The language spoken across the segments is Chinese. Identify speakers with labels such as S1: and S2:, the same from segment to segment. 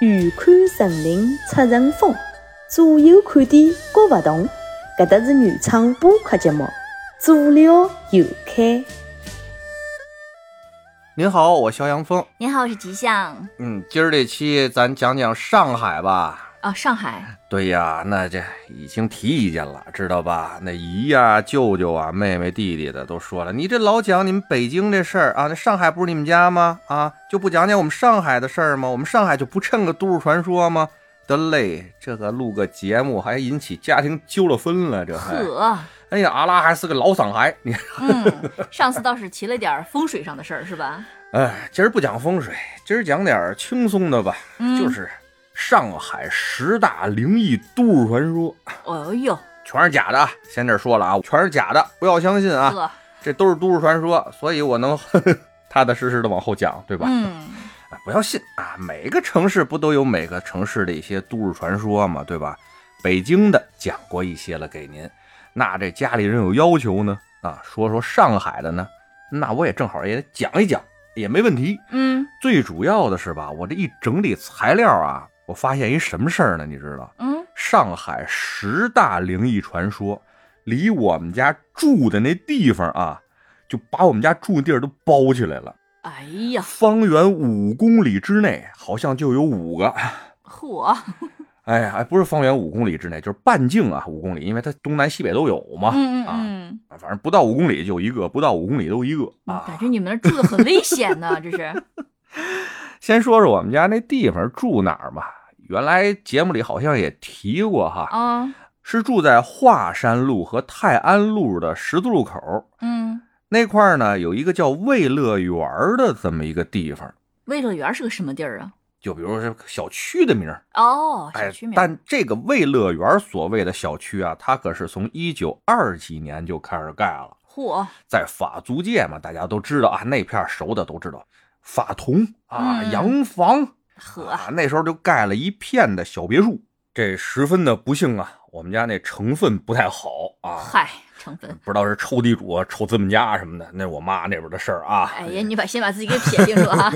S1: 远看成岭侧成峰，左右看点各勿同。搿搭是原创播客节目，左聊右侃。
S2: 您好，我肖阳峰。
S3: 您好，我是吉祥。
S2: 嗯，今儿这期咱讲讲上海吧。
S3: 哦，上海，
S2: 对呀，那这已经提意见了，知道吧？那姨呀、舅舅啊、妹妹、弟弟的都说了，你这老讲你们北京这事儿啊，那上海不是你们家吗？啊，就不讲讲我们上海的事儿吗？我们上海就不趁个都市传说吗？得嘞，这个录个节目还引起家庭纠了纷了，这还。
S3: 呵，
S2: 哎呀，阿拉还是个老上海，你
S3: 嗯， 上次倒是提了点儿风水上的事儿，是吧？
S2: 哎，今儿不讲风水，今儿讲点儿轻松的吧，
S3: 嗯
S2: 就是上海十大灵异都市传说，
S3: 哦呦，
S2: 全是假的啊！先这儿说了啊，全是假的，不要相信啊，
S3: 呵，
S2: 这都是都市传说，所以我能 踏踏实实的往后讲，对吧？
S3: 嗯，
S2: 哎不要信啊，每个城市不都有每个城市的一些都市传说嘛，对吧？北京的讲过一些了给您，那这家里人有要求呢，啊，说说上海的呢，那我也正好也讲一讲，也没问题。
S3: 嗯，
S2: 最主要的是吧，我这一整理材料啊，我发现一什么事儿呢？你知道，
S3: 嗯，
S2: 上海十大灵异传说，离我们家住的那地方啊，就把我们家住的地儿都包起来了，
S3: 哎呀，
S2: 方圆五公里之内好像就有五个。
S3: 嚯，
S2: 哎呀，哎不是方圆五公里之内，就是半径啊，五公里，因为它东南西北都有嘛。
S3: 嗯嗯
S2: 啊，
S3: 嗯，
S2: 反正不到五公里就一个，不到五公里都一个
S3: 嗯
S2: 啊。
S3: 感觉你们那儿住的很危险呢， 这是，
S2: 先说说我们家那地方住哪儿吧。原来节目里好像也提过哈，
S3: 啊，
S2: 是住在华山路和泰安路的十字路口
S3: 嗯，
S2: 那块儿呢，有一个叫魏乐园的这么一个地方。
S3: 魏乐园是个什么地儿啊？
S2: 就比如说小区的名儿，
S3: 哦，小
S2: 哎
S3: 区，名儿，
S2: 但这个魏乐园所谓的小区啊，它可是从一九二几年就开始盖了，
S3: 嚯，
S2: 在法租界嘛，大家都知道啊，那片儿熟的都知道，法桐啊、
S3: 嗯
S2: 洋房，
S3: 呵，
S2: 啊，那时候就盖了一片的小别墅，这十分的不幸啊，我们家那成分不太好啊，
S3: 嗨，成分，
S2: 不知道是抽地主啊、抽资本家什么的，那是我妈那边的事儿啊，
S3: 哎呀，你把先把自己给撇清 楚啊，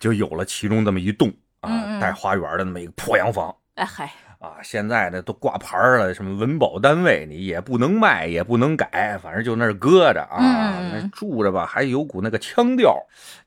S2: 就有了其中这么一栋
S3: 嗯
S2: 啊
S3: 嗯
S2: 带花园的那么一个破洋房
S3: 哎嗨，
S2: 啊，现在呢都挂牌儿了，什么文保单位，你也不能卖，也不能改，反正就那儿搁着啊，
S3: 嗯嗯嗯
S2: 那住着吧，还有股那个腔调，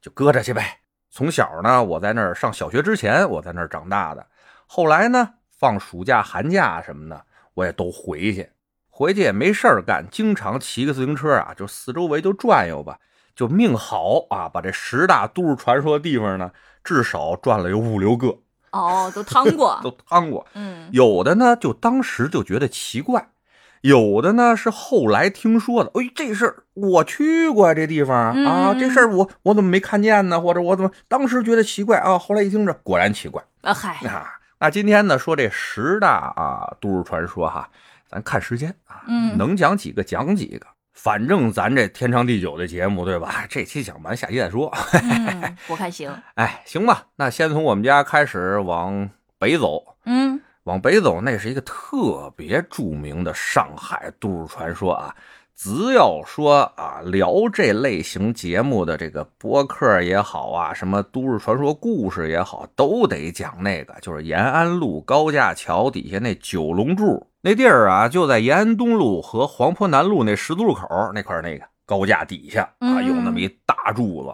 S2: 就搁着去呗。从小呢，我在那儿上小学之前，我在那儿长大的。后来呢，放暑假、寒假什么的，我也都回去，回去也没事儿干，经常骑个自行车啊，就四周围就转悠吧。就命好啊，把这十大都市传说的地方呢，至少转了有五六个，
S3: 哦，都趟
S2: 都
S3: 过，
S2: 趟过。
S3: 嗯，
S2: 有的呢就当时就觉得奇怪，有的呢是后来听说的。哎，这事儿我去过啊这地方
S3: 嗯
S2: 啊，
S3: 嗯
S2: 这事儿我我怎么没看见呢？或者我怎么当时觉得奇怪啊？后来一听这果然奇怪
S3: 啊嗨，
S2: 啊。那今天呢说这十大啊都市传说哈，咱看时间啊，
S3: 嗯
S2: 能讲几个讲几个。反正咱这天长地久的节目，对吧？这期讲完，下期再说。
S3: 嗯，我看行，
S2: 哎，行吧，那先从我们家开始往北走，
S3: 嗯，
S2: 往北走，那是一个特别著名的上海都市传说啊。只要说啊，聊这类型节目的这个播客也好啊，什么都市传说故事也好，都得讲那个，就是延安路高架桥底下那九龙柱那地儿啊，就在延安东路和黄坡南路那十字路口那块儿那个高架底下啊，有那么一大柱子。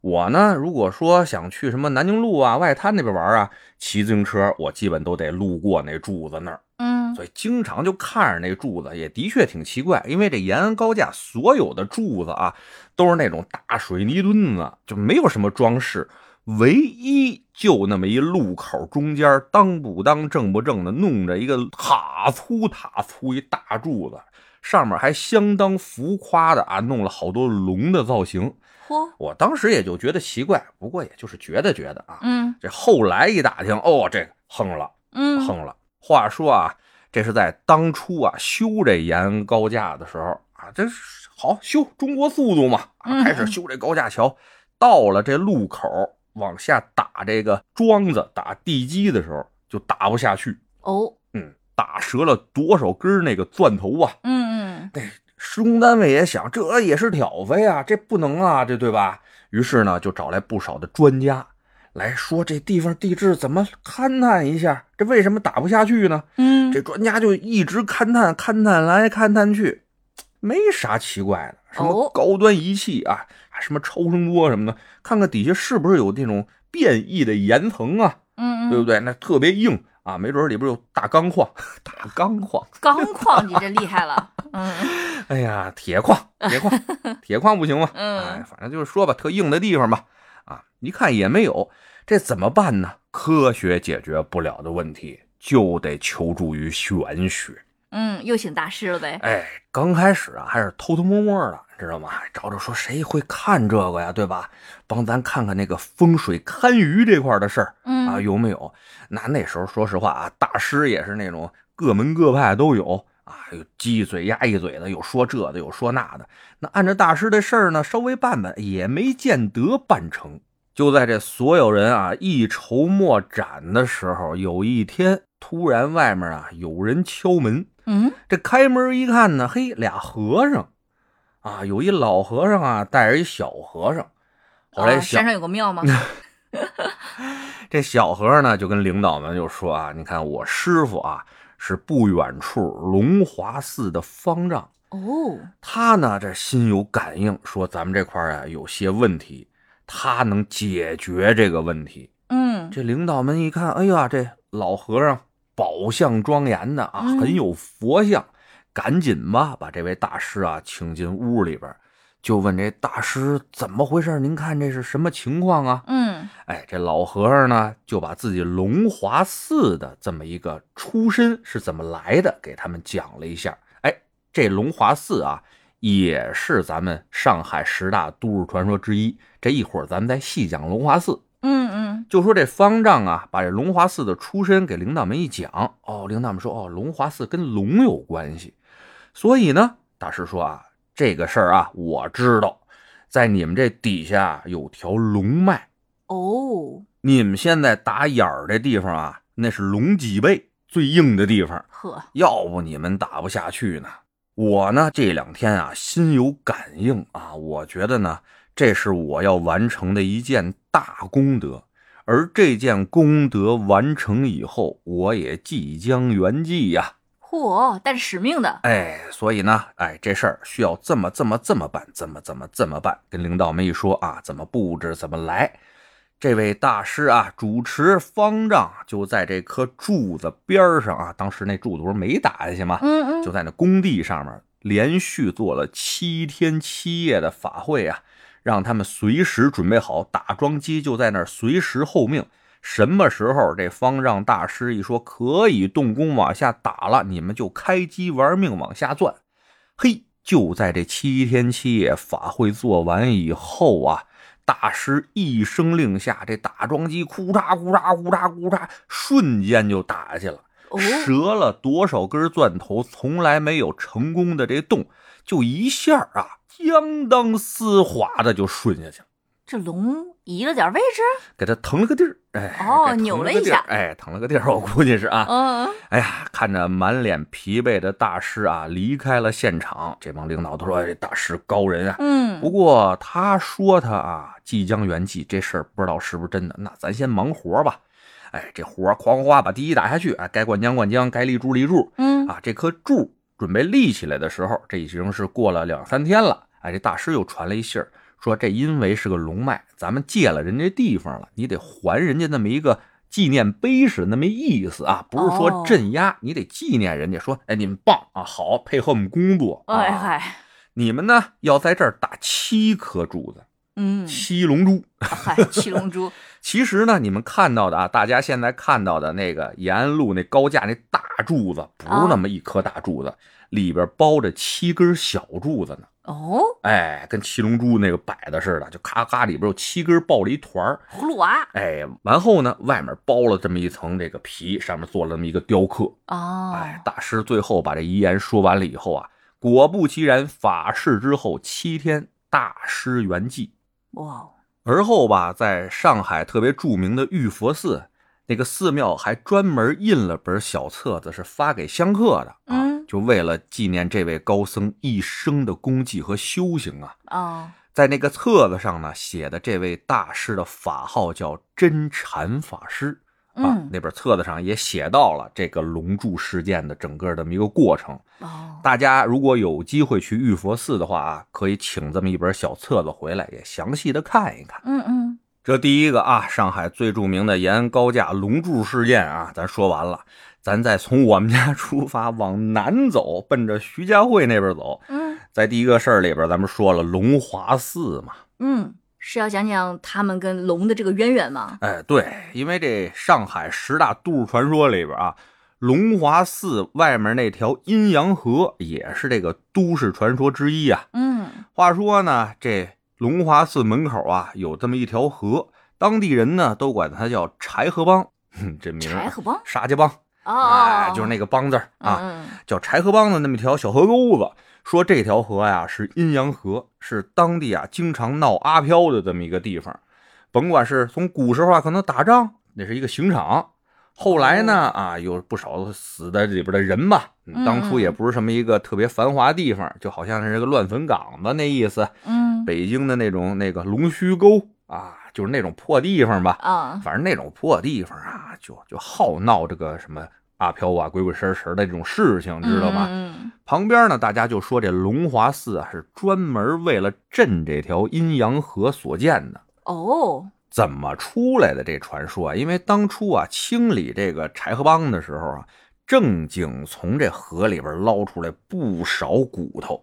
S2: 我呢，如果说想去什么南京路啊、外滩那边玩啊，骑自行车我基本都得路过那柱子那儿，
S3: 嗯，
S2: 所以经常就看着那柱子，啊也的确挺奇怪。因为这延安高架所有的柱子啊，都是那种大水泥墩子，就没有什么装饰，唯一就那么一路口中间当不当正不正的弄着一个塔粗塔粗一大柱子，上面还相当浮夸的啊，弄了好多龙的造型。
S3: 嚯，
S2: 我当时也就觉得奇怪，不过也就是觉得觉得啊。
S3: 嗯
S2: 这后来一打听，哦，这个横了，
S3: 嗯，
S2: 横了。话说啊，这是在当初啊修这延安高架的时候啊，这是好修中国速度嘛，啊
S3: 嗯
S2: 开始修这高架桥。到了这路口往下打这个桩子、打地基的时候，就打不下去，
S3: 哦，
S2: 嗯，打折了多少根儿那个钻头啊！
S3: 嗯嗯
S2: 施工单位也想，这也是挑费啊，这不能啊，这对吧？于是呢，就找来不少的专家来说这地方地质怎么勘探一下，这为什么打不下去呢？
S3: 嗯
S2: 这专家就一直勘探，勘探来勘探去，没啥奇怪的。什么
S3: 哦
S2: 高端仪器啊，啊什么超声波什么的，看看底下是不是有那种变异的岩层啊，
S3: 嗯
S2: 对不
S3: 嗯，
S2: 对？那特别硬啊，没准儿里边有大钢矿，大钢矿，
S3: 钢矿你这厉害了，嗯
S2: 哎呀，铁矿，铁矿，铁矿不行吗？
S3: 嗯
S2: 哎，反正就是说吧，特硬的地方吧，啊，一看也没有，这怎么办呢？科学解决不了的问题，就得求助于玄学。
S3: 嗯，又请大师了呗，
S2: 哎，刚开始啊，还是偷偷摸摸的，知道吗？找找说谁会看这个呀，对吧？帮咱看看那个风水堪舆这块的事儿啊，
S3: 嗯
S2: 有没有？那那时候说实话啊，大师也是那种各门各派都有啊，有鸡一嘴鸭一嘴的，有说这的，有说那的。那按照大师的事儿呢，稍微办办，也没见得办成。就在这所有人啊一筹莫展的时候，有一天突然外面啊有人敲门。
S3: 嗯
S2: 这开门一看呢，嘿，俩和尚，啊，有一老和尚啊，带着一小和尚。后来
S3: 啊
S2: 小、
S3: 山上有 个庙吗？
S2: 这小和尚呢，就跟领导们就说啊，你看我师傅啊，是不远处龙华寺的方丈，
S3: 哦，
S2: 他呢这心有感应，说咱们这块儿啊有些问题，他能解决这个问题。
S3: 嗯
S2: 这领导们一看，哎呀，这老和尚宝相庄严的啊，
S3: 嗯
S2: 很有佛像，赶紧吧，把这位大师啊请进屋里边儿，就问这大师怎么回事？您看这是什么情况啊？
S3: 嗯
S2: 哎，这老和尚呢，就把自己龙华寺的这么一个出身是怎么来的，给他们讲了一下。哎，这龙华寺啊，也是咱们上海十大都市传说之一。这一会儿咱们再细讲龙华寺。
S3: 嗯嗯，
S2: 就说这方丈啊，把这龙华寺的出身给领导们一讲，哦，领导们说，哦，龙华寺跟龙有关系，所以呢，大师说啊，这个事儿啊，我知道，在你们这底下有条龙脉，
S3: 哦，
S2: 你们现在打眼儿这地方啊，那是龙脊背最硬的地方，
S3: 呵，
S2: 要不你们打不下去呢。我呢这两天啊心有感应啊，我觉得呢这是我要完成的一件大功德，而这件功德完成以后，我也即将圆寂呀、
S3: 嚯，带着使命的，
S2: 哎，所以呢，哎，这事儿需要这么这么这么办，怎么怎么这么办？跟领导们一说啊，怎么布置，怎么来。这位大师啊，主持方丈就在这棵柱子边儿上啊，当时那柱子不是没打下去吗？
S3: 嗯
S2: 就
S3: 嗯，
S2: 在那工地上面连续做了七天七夜的法会啊，让他们随时准备好，打桩机就在那儿随时候命。什么时候这方丈大师一说可以动工往下打了，你们就开机玩命往下钻。嘿，就在这七天七夜法会做完以后啊，大师一声令下，这打桩机库嚓库嚓库嚓库嚓，瞬间就打下去了。
S3: 哦，
S2: 折了多少根钻头，从来没有成功的这洞，就一下啊，相当丝滑的就顺下去了，
S3: 这龙移了点位置，
S2: 给它腾了个地儿，哎，
S3: 哦
S2: 给腾
S3: 扭了
S2: 个
S3: 一
S2: 地儿
S3: 下
S2: 哎，腾了个地儿，我估计是啊，
S3: 嗯
S2: 哎呀，看着满脸疲惫的大师啊离开了现场，这帮领导都说、哎、这大师高人啊，
S3: 嗯
S2: 不过他说他啊即将圆寂这事儿不知道是不是真的，那咱先忙活吧。哎，这活儿哐哐哐把第一打下去，哎，该灌浆灌浆，该立柱立柱。
S3: 嗯
S2: 啊，这棵柱准备立起来的时候，这已经是过了两三天了。哎，这大师又传了一信儿，说这因为是个龙脉，咱们借了人家地方了，你得还人家那么一个纪念碑似的那么意思啊，不是说
S3: 哦
S2: 镇压，你得纪念人家，说哎你们棒啊，好配合我们工作啊，
S3: 哎嗨，
S2: 你们呢要在这儿打七颗柱子，
S3: 嗯，
S2: 七龙珠。
S3: 嗨， 七龙珠，
S2: 其实呢，你们看到的啊，大家现在看到的那个延安路那高架那大柱子，不是那么一颗大柱子，里边包着七根小柱子呢。
S3: 哦，
S2: 哎，跟七龙珠那个摆的似的，就咔咔里边有七根抱了一团儿。
S3: 葫芦娃
S2: 哎，完后呢，外面包了这么一层这个皮，上面做了那么一个雕刻。哎
S3: 啊，，
S2: 大师最后把这遗言说完了以后啊，果不其然，法事之后七天，大师圆寂。
S3: 哇，哦
S2: 而后吧，在上海特别著名的玉佛寺，那个寺庙还专门印了本小册子，是发给香客的啊，
S3: 嗯
S2: 就为了纪念这位高僧一生的功绩和修行啊。
S3: 啊，
S2: 在那个册子上呢写的这位大师的法号叫真禅法师啊，
S3: 嗯
S2: 那本册子上也写到了这个龙柱事件的整个这么一个过程。
S3: 哦，
S2: 大家如果有机会去玉佛寺的话啊，可以请这么一本小册子回来，也详细的看一看。
S3: 嗯嗯，
S2: 这第一个啊，上海最著名的延安高架龙柱事件啊，咱说完了，咱再从我们家出发往南走，奔着徐家汇那边走。
S3: 嗯
S2: 在第一个事儿里边，咱们说了龙华寺嘛，
S3: 嗯，是要讲讲他们跟龙的这个渊源吗？
S2: 哎，对，因为这上海十大都市传说里边啊，龙华寺外面那条阴阳河也是这个都市传说之一啊。
S3: 嗯
S2: 话说呢，这龙华寺门口啊有这么一条河，当地人呢都管它叫柴河帮，哼，这名儿
S3: 柴
S2: 啊
S3: 河帮
S2: 沙家帮，
S3: 哦
S2: 哎，，就是那个帮字儿啊，
S3: 嗯，嗯
S2: 叫柴河帮的那么一条小河沟子。说这条河呀、是阴阳河，是当地啊经常闹阿飘的这么一个地方。甭管是从古时候啊，可能打仗那是一个刑场，后来呢
S3: 哦
S2: 啊有不少死在里边的人吧。
S3: 嗯
S2: 当初也不是什么一个特别繁华地方，就好像是这个乱坟岗子那意思，
S3: 嗯
S2: 北京的那种那个龙须沟啊，就是那种破地方吧。
S3: 啊，
S2: 反正那种破地方啊，就就好闹这个什么阿飘啊、鬼鬼神神的这种事情，知道吗？
S3: 嗯嗯
S2: 旁边呢，大家就说这龙华寺啊是专门为了镇这条阴阳河所建的。
S3: 哦，
S2: 怎么出来的这传说啊？因为当初啊清理这个柴河帮的时候啊，正经从这河里边捞出来不少骨头，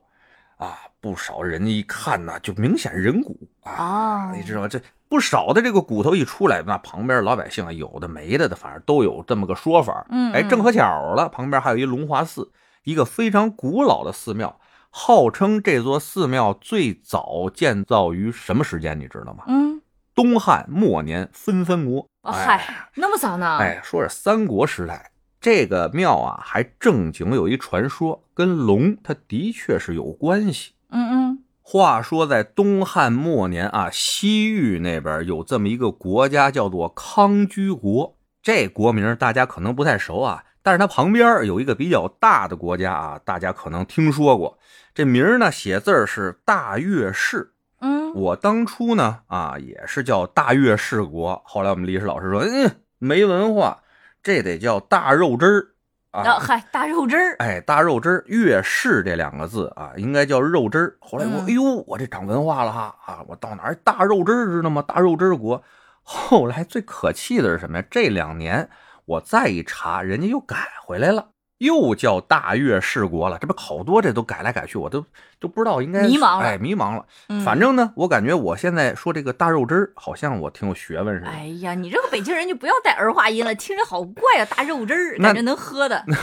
S2: 啊，不少人一看呐、就明显人骨啊，
S3: 哦，
S2: 你知道吗这不少的这个骨头一出来，那旁边老百姓啊，有的没的的，反正都有这么个说法。
S3: 嗯
S2: 哎，
S3: 嗯
S2: 正合巧了，旁边还有一龙华寺，一个非常古老的寺庙，号称这座寺庙最早建造于什么时间，你知道吗？
S3: 嗯，
S2: 东汉末年分分国。
S3: 哦
S2: 哎
S3: 嗨，那么早呢？
S2: 哎，说是三国时代，这个庙啊，还正经有一传说，跟龙它的确是有关系。
S3: 嗯嗯，
S2: 话说在东汉末年啊，西域那边有这么一个国家叫做康居国，这国名大家可能不太熟啊，但是它旁边有一个比较大的国家啊，大家可能听说过。这名儿呢，写字儿是大月氏。
S3: 嗯，
S2: 我当初呢啊，也是叫大月氏国，后来我们历史老师说，嗯，没文化，这得叫大肉汁儿
S3: 啊
S2: 啊。
S3: 嗨，大肉汁儿，
S2: 哎，大肉汁儿，月氏这两个字啊，应该叫肉汁儿。后来我，
S3: 嗯
S2: 哎呦，我这长文化了哈啊！我到哪儿大肉汁儿知道吗？大肉汁儿国。后来最可气的是什么呀？这两年我再一查，人家又改回来了，又叫大月氏国了。这不好多这都改来改去，我都都不知道应该
S3: 迷茫了
S2: 哎，迷茫了。
S3: 嗯
S2: 反正呢，我感觉我现在说这个大肉汁儿，好像我挺有学问似的。
S3: 哎呀，你这个北京人就不要带儿化音了，听着好怪啊！大肉汁儿，
S2: 那
S3: 感觉能喝的，那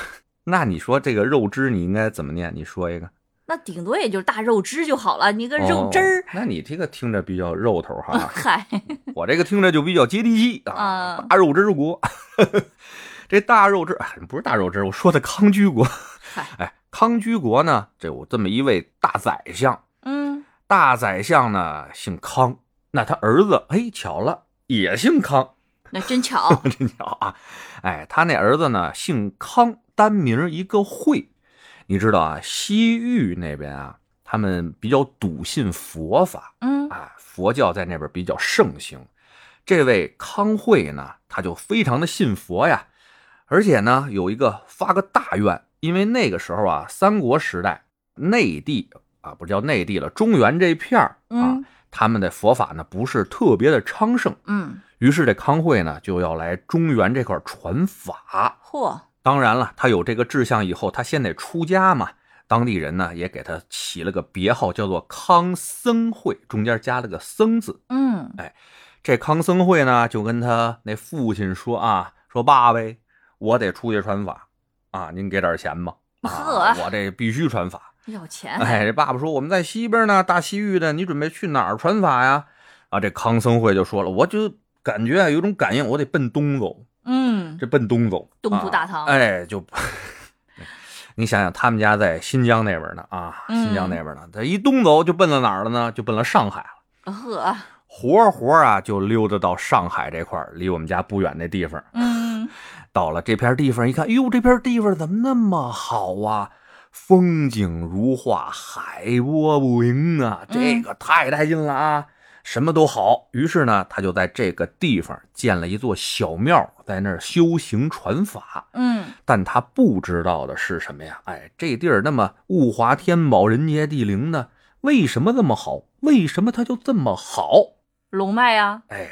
S2: 那你说这个肉汁你应该怎么念？你说一个
S3: 顶多也就是大肉汁就好了。你个肉汁
S2: 哦
S3: 儿，
S2: 那你这个听着比较肉头哈。
S3: 嗨，
S2: 我这个听着就比较接地气啊
S3: 啊，
S2: 大肉汁国。 这大肉汁，哎，不是大肉汁，我说的康居国
S3: 嗨。
S2: 哎，康居国呢，这有这么一位大宰相，
S3: 嗯，
S2: 大宰相呢姓康，那他儿子，哎，巧了，也姓康，，
S3: 那真巧
S2: 真巧啊！哎，他那儿子呢姓康，单名儿一个会。你知道啊，西域那边啊，他们比较笃信佛法，
S3: 嗯
S2: 啊，佛教在那边比较盛行。这位康惠呢，他就非常的信佛呀，而且呢有一个发个大愿，因为那个时候啊，三国时代内地啊，不叫内地了，中原这片儿啊，
S3: 嗯
S2: 他们的佛法呢不是特别的昌盛，
S3: 嗯，
S2: 于是这康惠呢就要来中原这块儿传法。
S3: 嚯，
S2: 当然了，他有这个志向以后，他先得出家嘛。当地人呢也给他起了个别号，叫做康僧会，中间加了个僧字。
S3: 嗯
S2: 这康僧会呢，就跟他那父亲说啊，说爸呗，我得出去传法啊，您给点钱吧，啊，
S3: 呵
S2: 我这必须传法。
S3: 要钱，
S2: 哎，这爸爸说我们在西边呢，大西域的，你准备去哪儿传法呀？啊，这康僧会就说了，我就感觉啊，有种感应，我得奔东走，
S3: 嗯，
S2: 这奔东走，
S3: 东土大
S2: 啊
S3: 唐
S2: 哎，就 你想想，他们家在新疆那边呢啊，
S3: 嗯
S2: 新疆那边呢，这一东走就奔了哪儿了呢？就奔了上海了。
S3: 呵，
S2: 活活啊就溜达到上海这块儿，离我们家不远那地方。
S3: 嗯
S2: 哎到了这片地方一看，哟，这片地方怎么那么好啊？风景如画，海波不盈啊，这
S3: 嗯
S2: 个太带劲了啊！什么都好。于是呢，他就在这个地方建了一座小庙，在那儿修行传法。
S3: 嗯
S2: 但他不知道的是什么呀？哎，这地儿那么物华天宝、人杰地灵呢，为什么这么好？为什么它就这么好？
S3: 龙脉啊，
S2: 哎，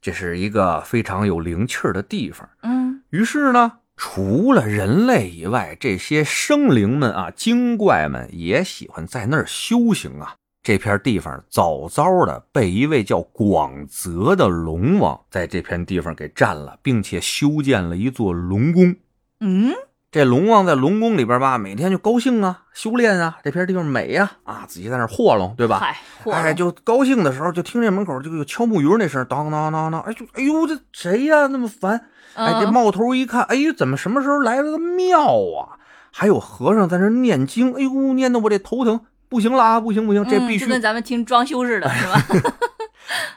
S2: 这是一个非常有灵气儿的地方。
S3: 嗯
S2: 于是呢，除了人类以外，这些生灵们啊、精怪们也喜欢在那儿修行啊。这片地方早早的被一位叫广泽的龙王在这片地方给占了，并且修建了一座龙宫。
S3: 嗯，
S2: 这龙王在龙宫里边吧，每天就高兴啊，修炼啊，这片地方美呀、啊，自己在那儿霍弄，对吧？
S3: 嗨，嚯
S2: 哎，就高兴的时候，就听见门口这个敲木鱼儿那声，当当当当，哎就哎呦，这谁呀、那么烦？哎，这
S3: 嗯
S2: 冒头一看，哎呦，怎么什么时候来了个庙啊？还有和尚在那念经，哎呦，念得我这头疼，不行了啊，不行不行，这
S3: 嗯
S2: 必须、哎
S3: 就跟咱们听装修似的，是吧？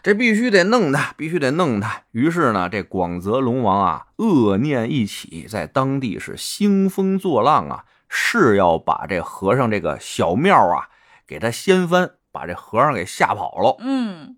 S2: 这必须得弄他，必须得弄他。于是呢，这广泽龙王啊，恶念一起，在当地是兴风作浪啊，是要把这和尚这个小庙啊，给他掀翻，把这和尚给吓跑了。
S3: 嗯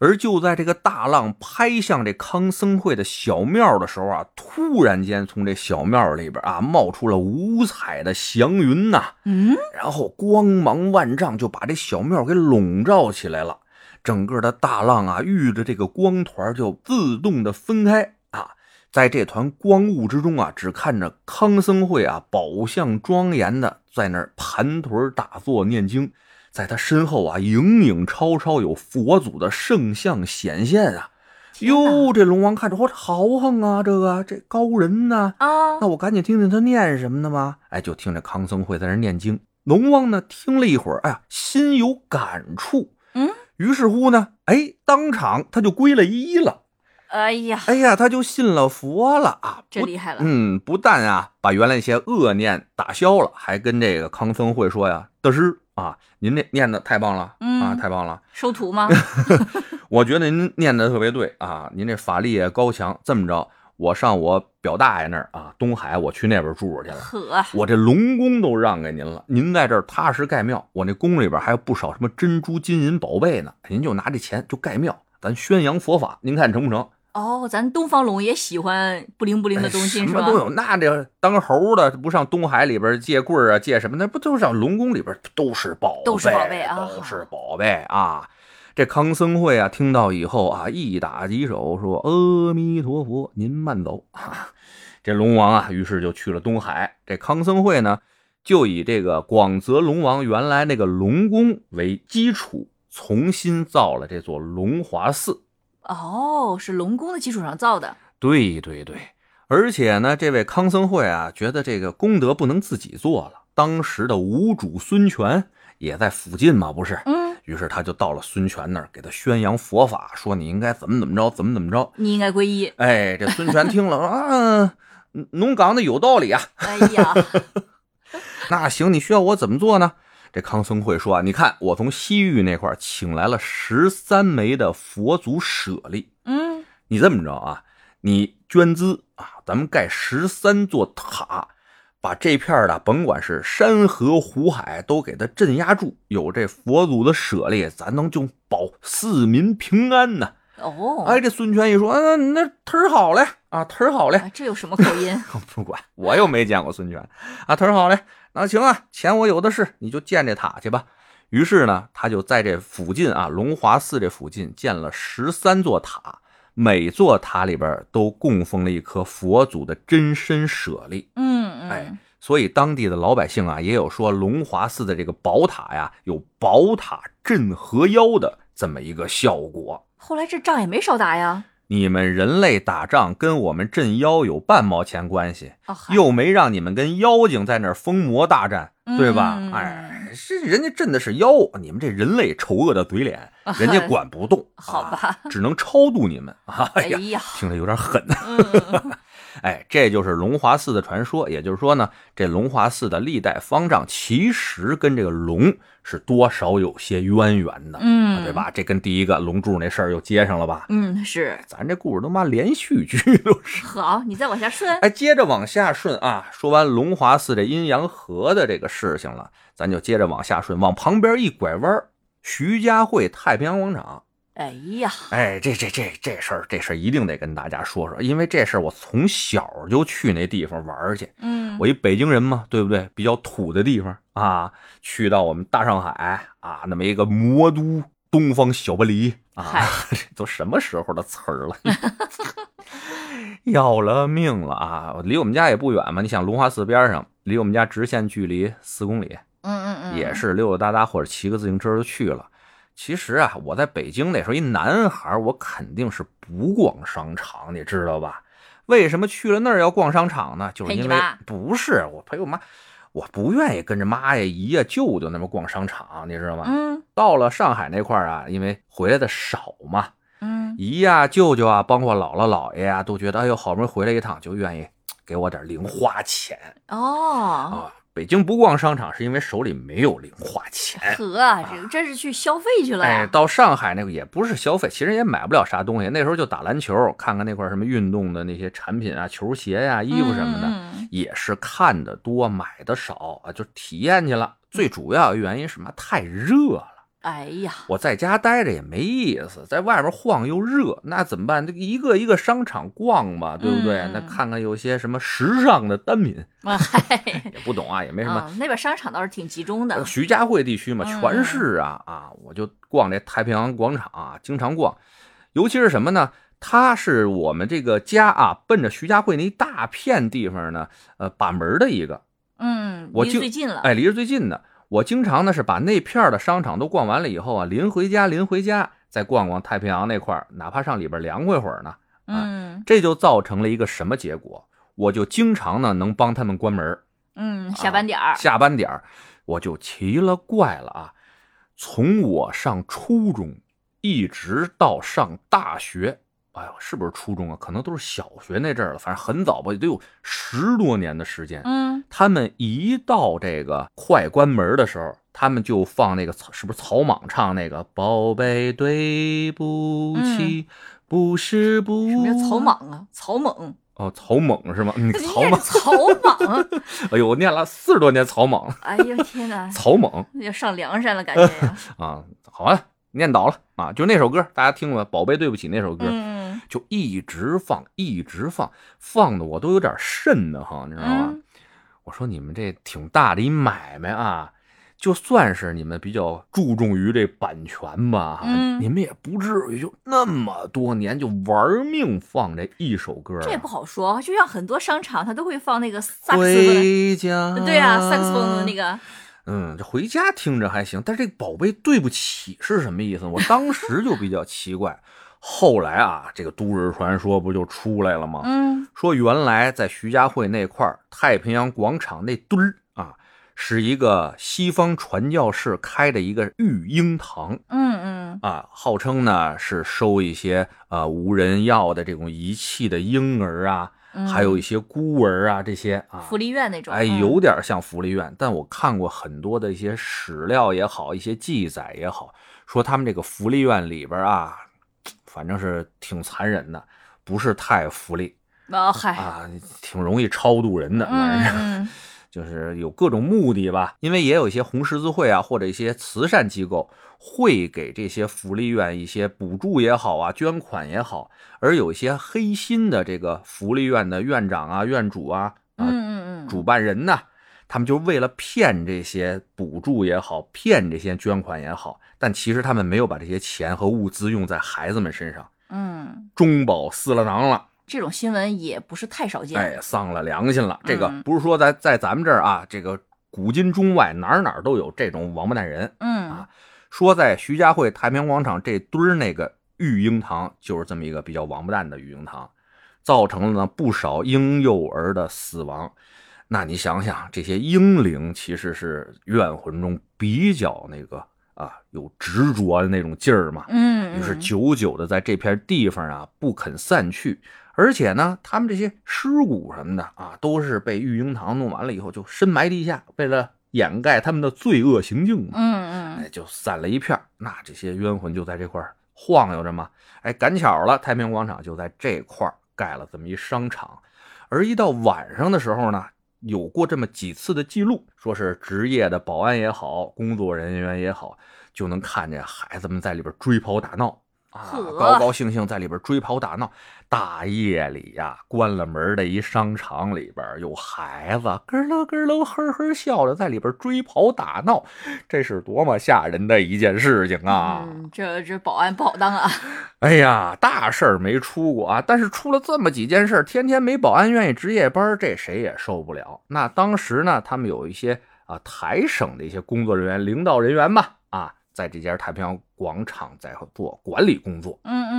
S2: 而就在这个大浪拍向这康僧会的小庙的时候啊，突然间从这小庙里边啊冒出了五彩的祥云呐、
S3: 嗯，
S2: 然后光芒万丈，就把这小庙给笼罩起来了。整个的大浪啊，遇着这个光团就自动的分开啊，在这团光雾之中啊，只看着康僧会啊，宝相庄严的在那儿盘腿打坐念经，在他身后啊，影影绰绰有佛祖的圣像显现啊。
S3: 天哪
S2: 哟，这龙王看着，我豪横啊，这个这高人呐、
S3: 啊
S2: 那，我赶紧听听他念什么呢吧。哎，就听着康僧会在那儿念经。龙王呢，听了一会儿，哎呀，心有感触。
S3: 嗯，
S2: 于是乎呢，哎，当场他就归了一了。
S3: 哎呀，
S2: 哎呀，他就信了佛了啊！
S3: 这
S2: 不
S3: 厉害了
S2: 嗯，不但啊，把原来一些恶念打消了，还跟这个康僧会说呀：“大师啊，您这念的太棒了、啊，
S3: 嗯
S2: 太棒了！
S3: 收 徒吗？
S2: 我觉得您念的特别对啊，您这法力也高强。这么着，我上我表大爷那儿啊，东海，我去那边住去了。
S3: 呵，
S2: 我这龙宫都让给您了，您在这儿踏实盖庙。我那宫里边还有不少什么珍珠、金银宝贝呢，您就拿这钱就盖庙，咱宣扬佛法，您看成不成？
S3: 哦，咱东方龙也喜欢不灵不灵的东
S2: 哎
S3: 西
S2: 什
S3: 是
S2: 么
S3: 吧？
S2: 都有。那这当猴的不上东海里边借棍儿啊，借什么？那不都上龙宫里边都是宝贝，
S3: 都是宝贝啊
S2: 都是宝贝啊！这康僧会啊，听到以后啊，一打几手说：“阿弥陀佛，您慢走。”啊，这龙王啊，于是就去了东海。这康僧会呢，就以这个广泽龙王原来那个龙宫为基础，重新造了这座龙华寺。
S3: 哦，是龙宫的基础上造的，
S2: 对对对，而且呢，这位康僧会啊，觉得这个功德不能自己做了，当时的吴主孙权也在附近嘛，不是？
S3: 嗯，
S2: 于是他就到了孙权那儿，给他宣扬佛法，说你应该怎么怎么着，怎么怎么着。
S3: 你应该皈依。
S2: 哎，这孙权听了啊，侬讲的有道理啊，
S3: 哎 呀，
S2: 那行，你需要我怎么做呢？这康僧会说啊，你看我从西域那块儿请来了十三枚的佛祖舍利，
S3: 嗯，
S2: 你这么着啊，你捐资啊，咱们盖十三座塔，把这片儿的甭管是山河湖海都给它镇压住，有这佛祖的舍利，咱能就保四民平安呐。
S3: 哦，
S2: 哎，这孙权一说，嗯、那忒儿好嘞啊，忒儿好嘞，
S3: 啊这有什么口音？
S2: 不管，我又没见过孙权啊。他说好嘞，那行啊，钱我有的是，你就建这塔去吧。于是呢，他就在这附近啊，龙华寺这附近建了十三座塔，每座塔里边都供奉了一颗佛祖的真身舍利。
S3: 嗯
S2: 哎
S3: 嗯，
S2: 所以当地的老百姓啊，也有说龙华寺的这个宝塔呀，有宝塔镇河妖的这么一个效果。
S3: 后来这仗也没少打呀。
S2: 你们人类打仗跟我们镇妖有半毛钱关系？
S3: 哦，嗨
S2: 又没让你们跟妖精在那儿疯魔大战，对吧？
S3: 嗯
S2: 哎，是人家镇的是妖，你们这人类丑恶的嘴脸，人家管不动，
S3: 啊 好吧
S2: 啊只能超度你们。哎
S3: 哎
S2: 呀，
S3: 呀，
S2: 听着有点狠。
S3: 嗯，嗯嗯
S2: 哎，这就是龙华寺的传说。也就是说呢，这龙华寺的历代方丈其实跟这个龙是多少有些渊源的，啊
S3: 嗯，
S2: 对？吧？这跟第一个龙柱那事儿又接上了吧？
S3: 嗯，是。
S2: 咱这故事他妈连续剧都是。
S3: 好，你再往下顺。
S2: 哎，接着往下顺啊，说完龙华寺这阴阳合的这个事情了，咱就接着往下顺，往旁边一拐弯儿，徐家汇太平洋广场。
S3: 哎呀，
S2: 哎，这这这这事儿，这事儿一定得跟大家说说，因为这事儿我从小就去那地方玩儿去。
S3: 嗯，
S2: 我一北京人嘛，对不对？比较土的地方啊，去到我们大上海啊，那么一个魔都东方小巴黎啊
S3: 嗨，
S2: 这都什么时候的词儿了？ 要了命了啊！离我们家也不远嘛，你想龙华寺边上，离我们家直线距离四公里，
S3: 嗯嗯嗯，
S2: 也是溜溜达达或者骑个自行车就去了。其实啊，我在北京那时候一男孩儿，我肯定是不逛商场，你知道吧？为什么去了那儿要逛商场呢？就是
S3: 陪你
S2: 因为
S3: 妈
S2: 不是我陪我妈，我不愿意跟着妈呀、姨呀、舅舅那么逛商场，你知道吗？
S3: 嗯
S2: 到了上海那块儿啊，因为回来的少嘛，
S3: 嗯
S2: 姨呀、舅舅啊，包括姥姥姥爷呀、都觉得哎呦，好不容易回来一趟，就愿意给我点零花钱
S3: 哦，
S2: 啊。北京不逛商场是因为手里没有零花钱。
S3: 呵，这真是去消费去了
S2: 啊哎，
S3: 呀。
S2: 到上海那个也不是消费，其实也买不了啥东西。那时候就打篮球，看看那块儿什么运动的那些产品啊、球鞋呀、衣服什么的，
S3: 嗯嗯嗯
S2: 也是看的多，买的少啊，就体验去了。最主要原因是什么？太热了，
S3: 哎呀，
S2: 我在家待着也没意思，在外面晃又热，那怎么办？这一个一个商场逛嘛，对不对？
S3: 嗯
S2: 那看看有些什么时尚的单品，
S3: 啊嗨，
S2: 也不懂啊，哎也没什么。
S3: 嗯，那边商场倒是挺集中的
S2: 呃。徐家汇地区嘛，
S3: 啊嗯
S2: 全是啊、啊！我就逛这太平洋广场啊，经常逛，尤其是什么呢？它是我们这个家啊，奔着徐家汇那一大片地方呢，呃，把门儿的一个，
S3: 嗯，
S2: 我
S3: 离
S2: 就
S3: 最近了。
S2: 哎，离着最近的。我经常呢是把那片儿的商场都逛完了以后啊，临回家临回家再逛逛太平洋那块儿，哪怕上里边凉快会儿呢，
S3: 嗯
S2: 这就造成了一个什么结果？我就经常呢能帮他们关门儿。
S3: 嗯，下班点儿。
S2: 啊下班点儿，我就奇了怪了啊！从我上初中一直到上大学，哎呦，是不是初中啊？可能都是小学那阵儿了，反正很早吧，也得有十多年的时间。
S3: 嗯，
S2: 他们一到这个快关门的时候，他们就放那个草是不是草蜢唱那个“宝贝，对不起，不是不”？
S3: 嗯什么叫草？蜢啊？草蜢，
S2: 哦，草蜢是吗？嗯，
S3: 这应
S2: 哦草
S3: 该是
S2: 蜢。
S3: 草蜢。
S2: 哎呦，我念了四十多年草蜢，
S3: 哎呦天哪，
S2: 草蜢。
S3: 要上梁山了感觉呀。
S2: 啊，好了，念倒了啊，就那首歌，大家听过《宝贝对不起》那首歌，
S3: 嗯
S2: 就一直放，一直放，放的我都有点瘆得慌，你知道吗？
S3: 嗯
S2: 我说你们这挺大的一买卖啊，就算是你们比较注重于这版权吧，哈
S3: 嗯
S2: 你们也不至于就那么多年就玩命放这一首歌啊。
S3: 这也不好说，就像很多商场，它都会放那个萨克斯
S2: 回家
S3: 风，，对呀，
S2: 啊
S3: 萨克斯风的那
S2: 个。
S3: 个，
S2: 嗯，这回家听着还行，但是这宝贝对不起是什么意思？我当时就比较奇怪。后来啊，这个都市传说不就出来了吗？
S3: 嗯
S2: 说原来在徐家汇那块儿太平洋广场那墩儿啊，是一个西方传教士开的一个育婴堂
S3: 嗯嗯，
S2: 啊，号称呢是收一些呃无人要的这种遗弃的婴儿啊，
S3: 嗯
S2: 还有一些孤儿啊这些啊，
S3: 福利院那种，
S2: 哎，
S3: 嗯
S2: 有点像福利院，但我看过很多的一些史料也好，一些记载也好，说他们这个福利院里边啊，反正是挺残忍的，不是太福利
S3: 哦嗨，
S2: 啊，挺容易超度人的，反正、
S3: 嗯嗯
S2: 就是有各种目的吧。因为也有一些红十字会啊，或者一些慈善机构会给这些福利院一些补助也好啊，捐款也好，而有一些黑心的这个福利院的院长啊、院主啊，啊
S3: 嗯嗯嗯，
S2: 主办人呢，他们就为了骗这些补助也好，骗这些捐款也好，但其实他们没有把这些钱和物资用在孩子们身上，
S3: 嗯，
S2: 中饱私了囊了，
S3: 这种新闻嗯也不是太少见，
S2: 哎，丧了良心了。这个
S3: 嗯
S2: 不是说在在咱们这儿啊，这个古今中外哪儿哪儿都有这种王八蛋人。
S3: 嗯
S2: 啊说在徐家汇太平洋广场这墩儿那个育婴堂，就是这么一个比较王八蛋的育婴堂，造成了呢不少婴幼儿的死亡。那你想想，这些婴灵其实是怨魂中比较那个啊有执着的那种劲儿嘛。
S3: 嗯，
S2: 于是
S3: 嗯
S2: 久久的在这片地方啊不肯散去，而且呢，他们这些尸骨什么的啊，都是被育婴堂弄完了以后就深埋地下，为了掩盖他们的罪恶行径嘛，
S3: 嗯
S2: 哎，就散了一片儿。那这些冤魂就在这块儿晃悠着嘛，哎，赶巧了，太平洋广场就在这块儿盖了这么一商场，而一到晚上的时候呢。有过这么几次的记录，说是职业的保安也好，工作人员也好，就能看见孩子们在里边追跑打闹啊，
S3: 呵
S2: 高高兴兴在里边追跑打闹。大夜里呀、关了门的一商场里边有孩子咯咯咯咯呵呵笑着在里边追跑打闹，这是多么吓人的一件事情啊！
S3: 嗯，这这保安不好 当啊，
S2: 哎呀，大事儿没出过啊，但是出了这么几件事儿，天天没保安愿意值夜班儿，这谁也受不了。那当时呢，他们有一些啊台省的一些工作人员、领导人员吧，啊，在这家太平洋广场在做管理工作，
S3: 嗯嗯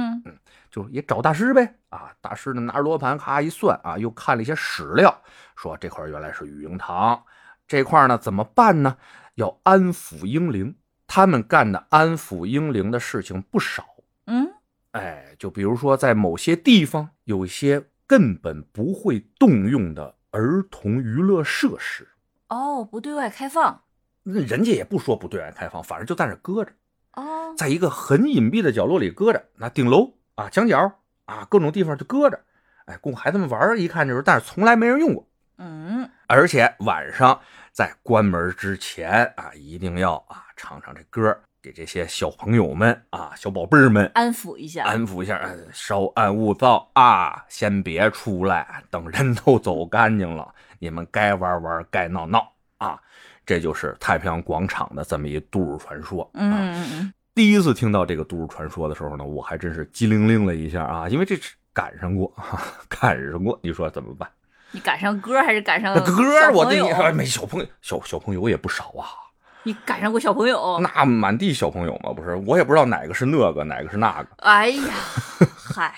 S2: 就也找大师呗啊。大师呢拿着罗盘咔一算啊，又看了一些史料，说这块儿原来是育婴堂，这块儿呢怎么办呢？要安抚婴灵，他们干的安抚婴灵的事情不少。
S3: 嗯，
S2: 哎，就比如说在某些地方有一些根本不会动用的儿童娱乐设施，
S3: 哦，不对外开放
S2: 那人家也不说不对外开放，反正就在那儿搁着，
S3: 哦，
S2: 在一个很隐蔽的角落里搁着，那顶楼啊、墙角啊各种地方就搁着，哎，供孩子们玩儿，一看就是，但是从来没人用过。
S3: 嗯，
S2: 而且晚上在关门之前啊，一定要啊唱唱这歌儿，给这些小朋友们啊、小宝贝儿们
S3: 安抚一下，
S2: 安抚一下，哎稍安勿躁啊，先别出来，等人都走干净了， 你们该玩玩，该闹闹啊。这就是太平洋广场的这么一都市传说。
S3: 嗯
S2: 啊，
S3: 嗯嗯，
S2: 第一次听到这个都市传说的时候呢，我还真是机灵灵了一下啊，因为这是赶上过， 哈哈赶上过，你说怎么办？
S3: 你赶上歌还是赶上
S2: 那歌
S3: 嗯小
S2: 儿我
S3: 朋
S2: 跟你
S3: 友
S2: 说，没小朋友，小小朋友也不少啊。
S3: 你赶上过小朋友？
S2: 那满地小朋友嘛，不是，我也不知道哪个是那个，哪个是那个。
S3: 哎 呀，嗨，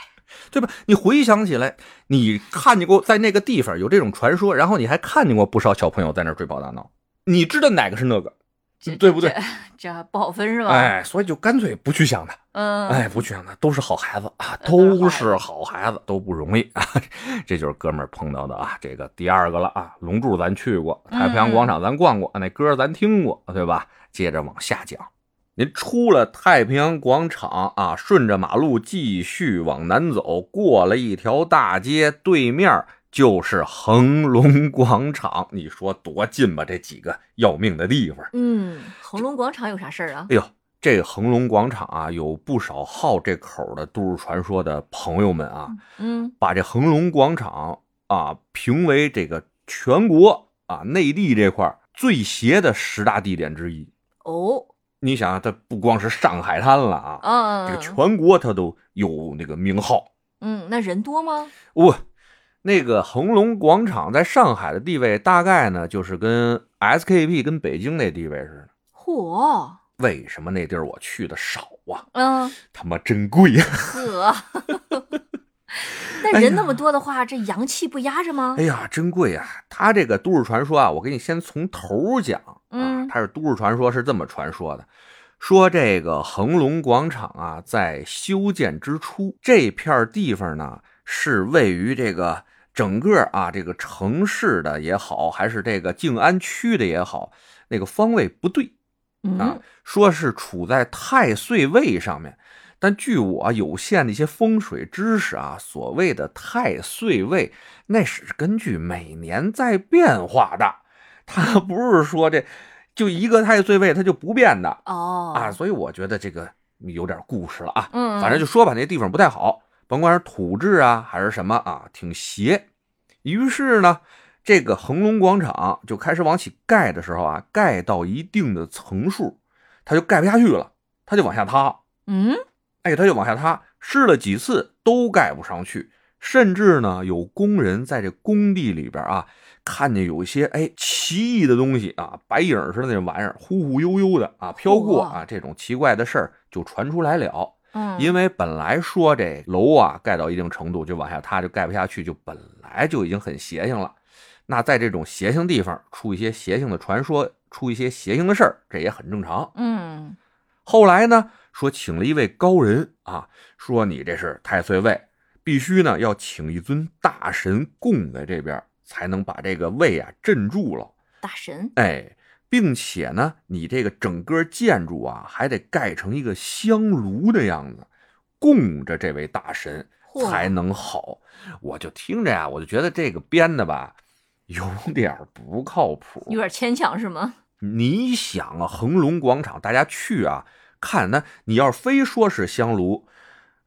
S2: 对吧？你回想起来，你看见过在那个地方有这种传说，然后你还看见过不少小朋友在那儿追跑打闹，你知道哪个是那个，
S3: 这
S2: 对不对？
S3: 这不好分是吧？
S2: 哎，所以就干脆不去想它，
S3: 嗯，
S2: 哎，不去想它，都是好孩子啊，
S3: 嗯
S2: 都是好孩子，都不容易啊。 这就是哥们儿碰到的啊，这个第二个了啊。龙柱咱去过，太平洋广场咱逛过，那歌儿咱听过，对吧？接着往下讲。您出了太平洋广场啊，顺着马路继续往南走，过了一条大街，对面就是恒隆广场。你说多近吧？这几个要命的地方。
S3: 嗯，恒隆广场有啥事儿啊？
S2: 哎呦，这个恒隆广场啊，有不少好这口的都市传说的朋友们啊，
S3: 嗯，
S2: 把这恒隆广场啊评为这个全国啊内地这块儿最邪的十大地点之一。
S3: 哦，
S2: 你想啊，它不光是上海滩了啊，
S3: 嗯，
S2: 这个全国它都有那个名号。
S3: 嗯，那人多吗？
S2: 哇、那个恒隆广场在上海的地位，大概呢就是跟 SKP 跟北京那地位似的。
S3: 嚯，
S2: 为什么那地儿我去的少啊？
S3: 嗯，
S2: 他妈真贵啊呀、
S3: 呵，那人那么多的话，这阳气不压着吗
S2: 哎？呀，真贵呀、它这个都市传说啊，我给你先从头儿讲啊
S3: 嗯。
S2: 它是都市传说，是这么传说的：说这个恒隆广场啊，在修建之初，这片儿地方呢是位于这个整个啊这个城市的也好，还是这个静安区的也好，那个方位不对啊
S3: 嗯，，
S2: 说是处在太岁位上面。但据我有限的一些风水知识啊，所谓的太岁位，那是根据每年在变化的，它不是说这就一个太岁位它就不变的
S3: 哦，
S2: 啊。所以我觉得这个有点故事了啊。
S3: 嗯，
S2: 反正就说吧，那地方不太好，甭管是土质啊还是什么啊，挺邪。于是呢，这个恒隆广场就开始往起盖的时候啊，盖到一定的层数，它就盖不下去了，它就往下塌。
S3: 嗯，
S2: 哎，它就往下塌，试了几次都盖不上去，甚至呢有工人在这工地里边啊，看见有一些哎奇异的东西啊，白影似的那种玩意儿，忽忽悠悠的啊飘过啊，这种奇怪的事儿就传出来了。
S3: 嗯，
S2: 因为本来说这楼啊盖到一定程度就往下塌，就盖不下去，就本来就已经很邪性了。那在这种邪性地方出一些邪性的传说，出一些邪性的事儿，这也很正常。
S3: 嗯，
S2: 后来呢，说请了一位高人啊，说你这是太岁位，必须呢要请一尊大神供在这边，才能把这个位啊镇住了。
S3: 大神，
S2: 哎，并且呢，你这个整个建筑啊，还得盖成一个香炉的样子，供着这位大神
S3: 嚯
S2: 才能好。我就听着呀，我就觉得这个编的吧，有点儿不靠谱。
S3: 有点牵强是吗？
S2: 你想啊，恒隆广场大家去啊看，那你要是非说是香炉，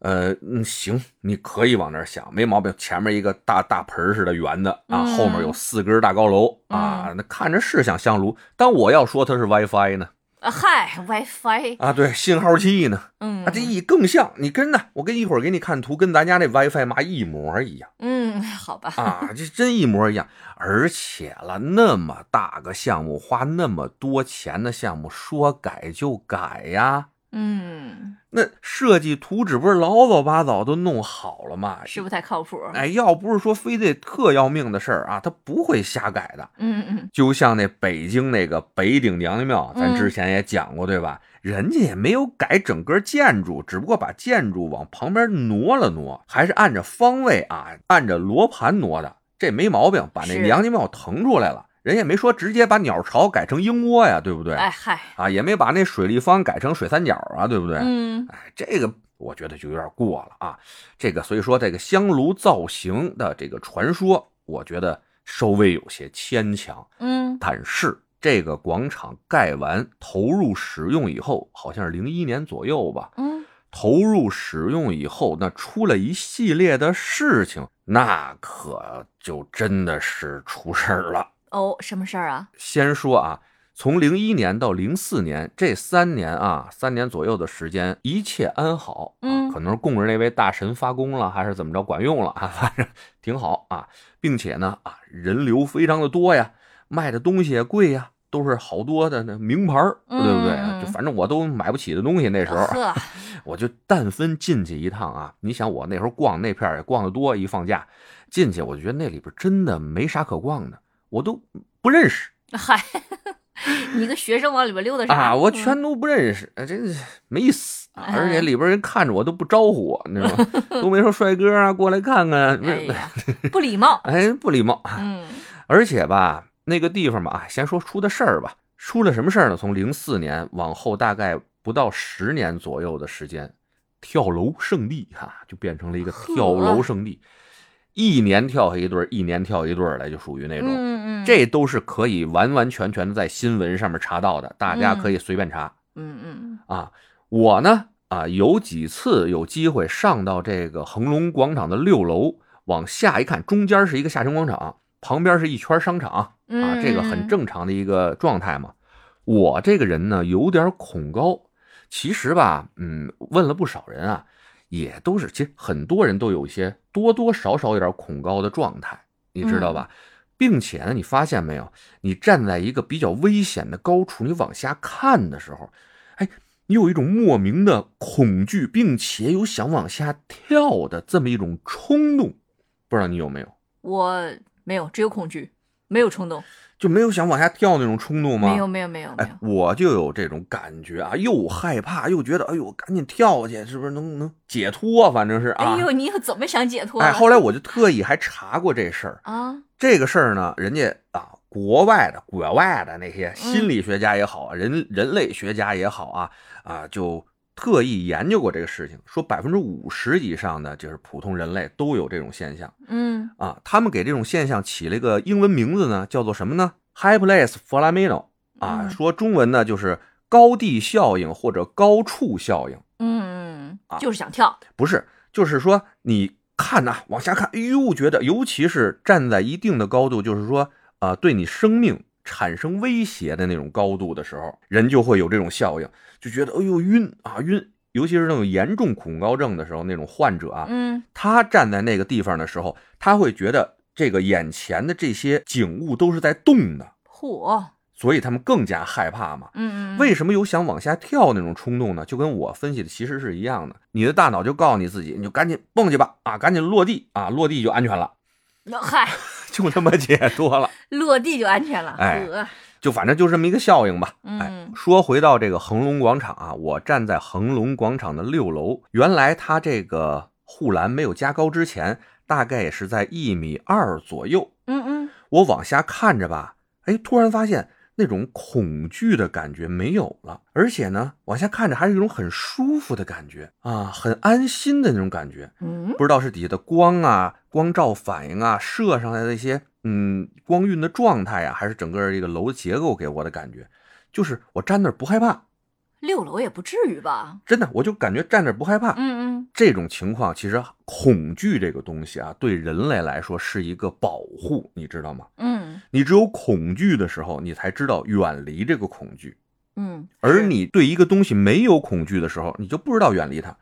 S2: 呃，嗯，行，你可以往那儿想，没毛病。前面一个大大盆儿似的圆的啊，
S3: 嗯
S2: 后面有四根大高楼啊，那看着是像香炉，但我要说它是 WiFi 呢，
S3: 啊，嗨，WiFi，
S2: 啊，对，信号器呢，
S3: 嗯
S2: 啊，这一更像，你跟呢，我跟一会儿给你看图，跟咱家那 WiFi 妈一模一样。
S3: 嗯，好 吧，
S2: 啊，这真一模一样。而且了，那么大个项目，花那么多钱的项目，说改就改呀。
S3: 嗯，
S2: 那设计图纸不是老早八早都弄好了吗？
S3: 是不太靠谱，
S2: 哎，要不是说非得特要命的事儿啊，他不会瞎改的。
S3: 嗯嗯
S2: 就像那北京那个北顶娘娘庙，咱
S3: 嗯
S2: 之前也讲过，对吧？人家也没有改整个建筑，只不过把建筑往旁边挪了挪，还是按着方位啊，按着罗盘挪的，这没毛病。把那
S3: 是
S2: 娘娘庙腾出来了，人也没说直接把鸟巢改成鹰窝呀，对不对？
S3: 嗯，哎嗨，
S2: 啊，也没把那水立方改成水三角啊，对不对？
S3: 嗯
S2: 哎，这个我觉得就有点过了啊。这个所以说，这个香炉造型的这个传说，我觉得稍微有些牵强。
S3: 嗯，
S2: 但是这个广场盖完投入使用以后，好像是零一年左右吧，
S3: 嗯，
S2: 投入使用以后，那出了一系列的事情，那可就真的是出事儿了。
S3: 哦，什么事儿啊？
S2: 先说啊，从零一年到零四年这三年啊，三年左右的时间，一切安好。
S3: 嗯
S2: 啊，可能是供着那位大神发功了，还是怎么着，管用了 啊，反正挺好啊，并且呢啊，人流非常的多呀，卖的东西也贵呀。都是好多的那名牌儿，对
S3: 嗯
S2: 不对？
S3: 嗯
S2: 就反正我都买不起的东西，那时候
S3: 呵，
S2: 我就但分进去一趟啊。你想我那时候逛那片儿也逛得多，一放假进去，我就觉得那里边真的没啥可逛的，我都不认识。
S3: 嗨， 你一个学生往里边溜达 啥
S2: 啊，我
S3: 嗯
S2: 全都不认识，呃真是没意思。啊
S3: 哎
S2: 而且里边人看着我都不招呼我，你知道吗？都没说帅哥啊，过来看看，不
S3: 哎
S2: 是，
S3: 呀，不礼貌
S2: 哎，不礼貌。
S3: 嗯
S2: 而且吧，那个地方吧，啊，先说出的事儿吧。出了什么事儿呢？从零四年往后，大概不到十年左右的时间，跳楼圣地哈、就变成了一个跳楼
S3: 呵啊
S2: 圣地，一年跳下一对儿，一年跳一对儿来，就属于那种。
S3: 嗯嗯，
S2: 这都是可以完完全全的在新闻上面查到的，大家可以随便查。
S3: 嗯嗯
S2: 啊，我呢啊有几次有机会上到这个恒隆广场的六楼，往下一看，中间是一个下沉广场，旁边是一圈商场啊，
S3: 嗯
S2: 这个很
S3: 嗯
S2: 正常的一个状态嘛。我这个人呢有点恐高，其实吧，嗯，问了不少人啊，也都是，其实很多人都有一些多多少少有点恐高的状态，你知道吧？
S3: 嗯
S2: 并且呢，你发现没有，你站在一个比较危险的高处，你往下看的时候，哎，你有一种莫名的恐惧，并且有想往下跳的这么一种冲动，不知道你有没有？
S3: 我没有，只有恐惧，没有冲动，
S2: 就没有想往下跳那种冲动吗？
S3: 没有没有没有没
S2: 哎
S3: 有，，
S2: 我就有这种感觉啊，又害怕又觉得，哎呦，赶紧跳下去，是不是能能解脱？反正是啊
S3: 哎，呦，你又怎么想解脱
S2: 哎，
S3: 了？
S2: 后来我就特意还查过这事儿，
S3: 啊，
S2: 这个事儿呢，人家啊，国外的、国外的那些
S3: 嗯
S2: 心理学家也好，人人类学家也好啊，啊，就特意研究过这个事情，说百分之五十以上的就是普通人类都有这种现象
S3: 嗯，
S2: 啊。他们给这种现象起了一个英文名字呢，叫做什么呢？Hyperplex Phenomenon 啊，
S3: 嗯
S2: 说中文呢就是高地效应或者高处效应。
S3: 嗯
S2: 啊
S3: 嗯，就是想跳，
S2: 不是，就是说你看呐、往下看，哎呦，觉得尤其是站在一定的高度，就是说啊、呃对你生命产生威胁的那种高度的时候，人就会有这种效应，就觉得哎呦晕啊晕，尤其是那种严重恐高症的时候，那种患者啊，
S3: 嗯
S2: 他站在那个地方的时候，他会觉得这个眼前的这些景物都是在动的，
S3: 嚯，
S2: 所以他们更加害怕嘛。
S3: 嗯嗯，
S2: 为什么有想往下跳那种冲动呢？就跟我分析的其实是一样的，你的大脑就告诉你自己，你就赶紧蹦去吧，啊，赶紧落地啊，落地就安全了，
S3: 那嗨，
S2: 就这么解脱了。
S3: 落地就安全了，
S2: 哎
S3: 呵
S2: 就反正就这么一个效应吧。哎
S3: 嗯，
S2: 说回到这个恒隆广场啊，我站在恒隆广场的六楼，原来它这个护栏没有加高之前，大概也是在一米二左右。
S3: 嗯嗯，
S2: 我往下看着吧，哎，突然发现那种恐惧的感觉没有了，而且呢，往下看着还是一种很舒服的感觉啊，很安心的那种感觉。
S3: 嗯，
S2: 不知道是底下的光啊、光照反应啊、射上来的一些嗯光晕的状态啊，还是整个这个楼的结构给我的感觉，就是我站那儿不害怕，
S3: 六楼也不至于吧？
S2: 真的，我就感觉站那儿不害怕。
S3: 嗯嗯，
S2: 这种情况其实恐惧这个东西啊，对人类来说是一个保护，你知道吗？
S3: 嗯
S2: 你只有恐惧的时候，你才知道远离这个恐惧。
S3: 嗯，
S2: 而
S3: 是
S2: 你对一个东西没有恐惧的时候，你就不知道远离它。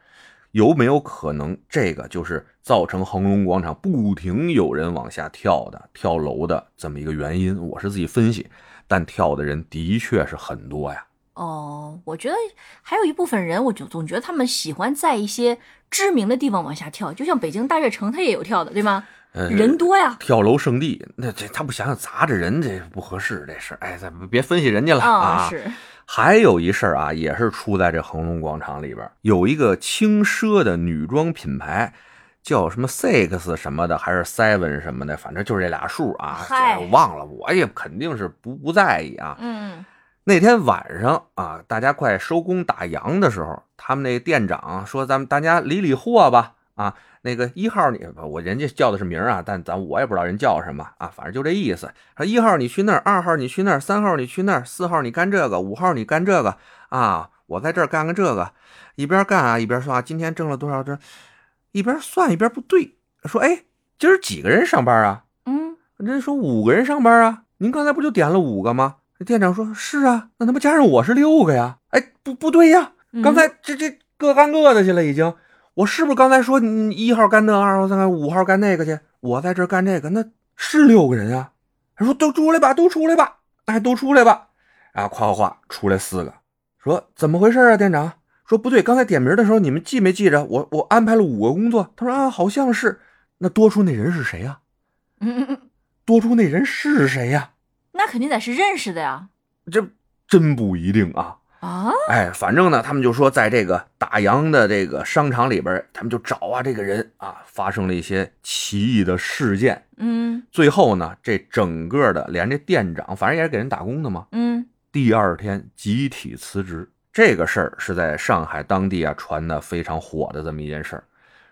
S2: 有没有可能，这个就是造成恒隆广场不停有人往下跳的、跳楼的这么一个原因？我是自己分析，但跳的人的确是很多呀。
S3: 哦，我觉得还有一部分人，我就总觉得他们喜欢在一些知名的地方往下跳，就像北京大悦城，它也有跳的，对吗？
S2: 呃，
S3: 人 多呀，
S2: 跳楼圣地，那这他不想想砸着人，这不合适，这事儿。哎，咱别分析人家了啊。
S3: 啊是，
S2: 还有一事儿啊，也是出在这恒隆广场里边儿，有一个轻奢的女装品牌，叫什么 Six 什么的，还是 Seven 什么的，反正就是这俩数啊，
S3: 嗨
S2: 这我忘了，我也肯定是不不在意啊。
S3: 嗯
S2: 那天晚上啊，大家快收工打烊的时候，他们那店长说：“咱们大家理理货吧。”啊，那个一号你我人家叫的是名儿啊，但咱我也不知道人叫什么啊，反正就这意思。说一号你去那儿，二号你去那儿，三号你去那儿，四号你干这个，五号你干这个啊，我在这儿干个这个，一边干啊一边说啊，今天挣了多少这，一边算一边不对，说哎，今儿几个人上班啊？
S3: 嗯
S2: 人家说五个人上班啊，您刚才不就点了五个吗？那店长说：“是啊，那他妈加上我是六个呀。”哎，不不对呀，
S3: 嗯，
S2: 刚才这这各干各的去了已经。我是不是刚才说你一号干那，二号干那，五号干那个去？我在这儿干这个，那是六个人啊。他说：“都出来吧，都出来吧，哎，都出来吧。”啊，夸夸夸，出来四个，说怎么回事啊？店长说不对，刚才点名的时候你们记没记着我我安排了五个工作？他说啊，好像是。那多出那人是谁啊呀、
S3: 嗯嗯嗯，
S2: 多出那人是谁呀、
S3: 那肯定得是认识的呀。
S2: 这真不一定啊。
S3: 啊，
S2: 哎，反正呢，他们就说在这个打烊的这个商场里边，他们就找啊这个人啊，发生了一些奇异的事件。
S3: 嗯
S2: 最后呢，这整个的连这店长，反正也是给人打工的嘛，
S3: 嗯，
S2: 第二天集体辞职。这个事儿是在上海当地啊传的非常火的这么一件事儿，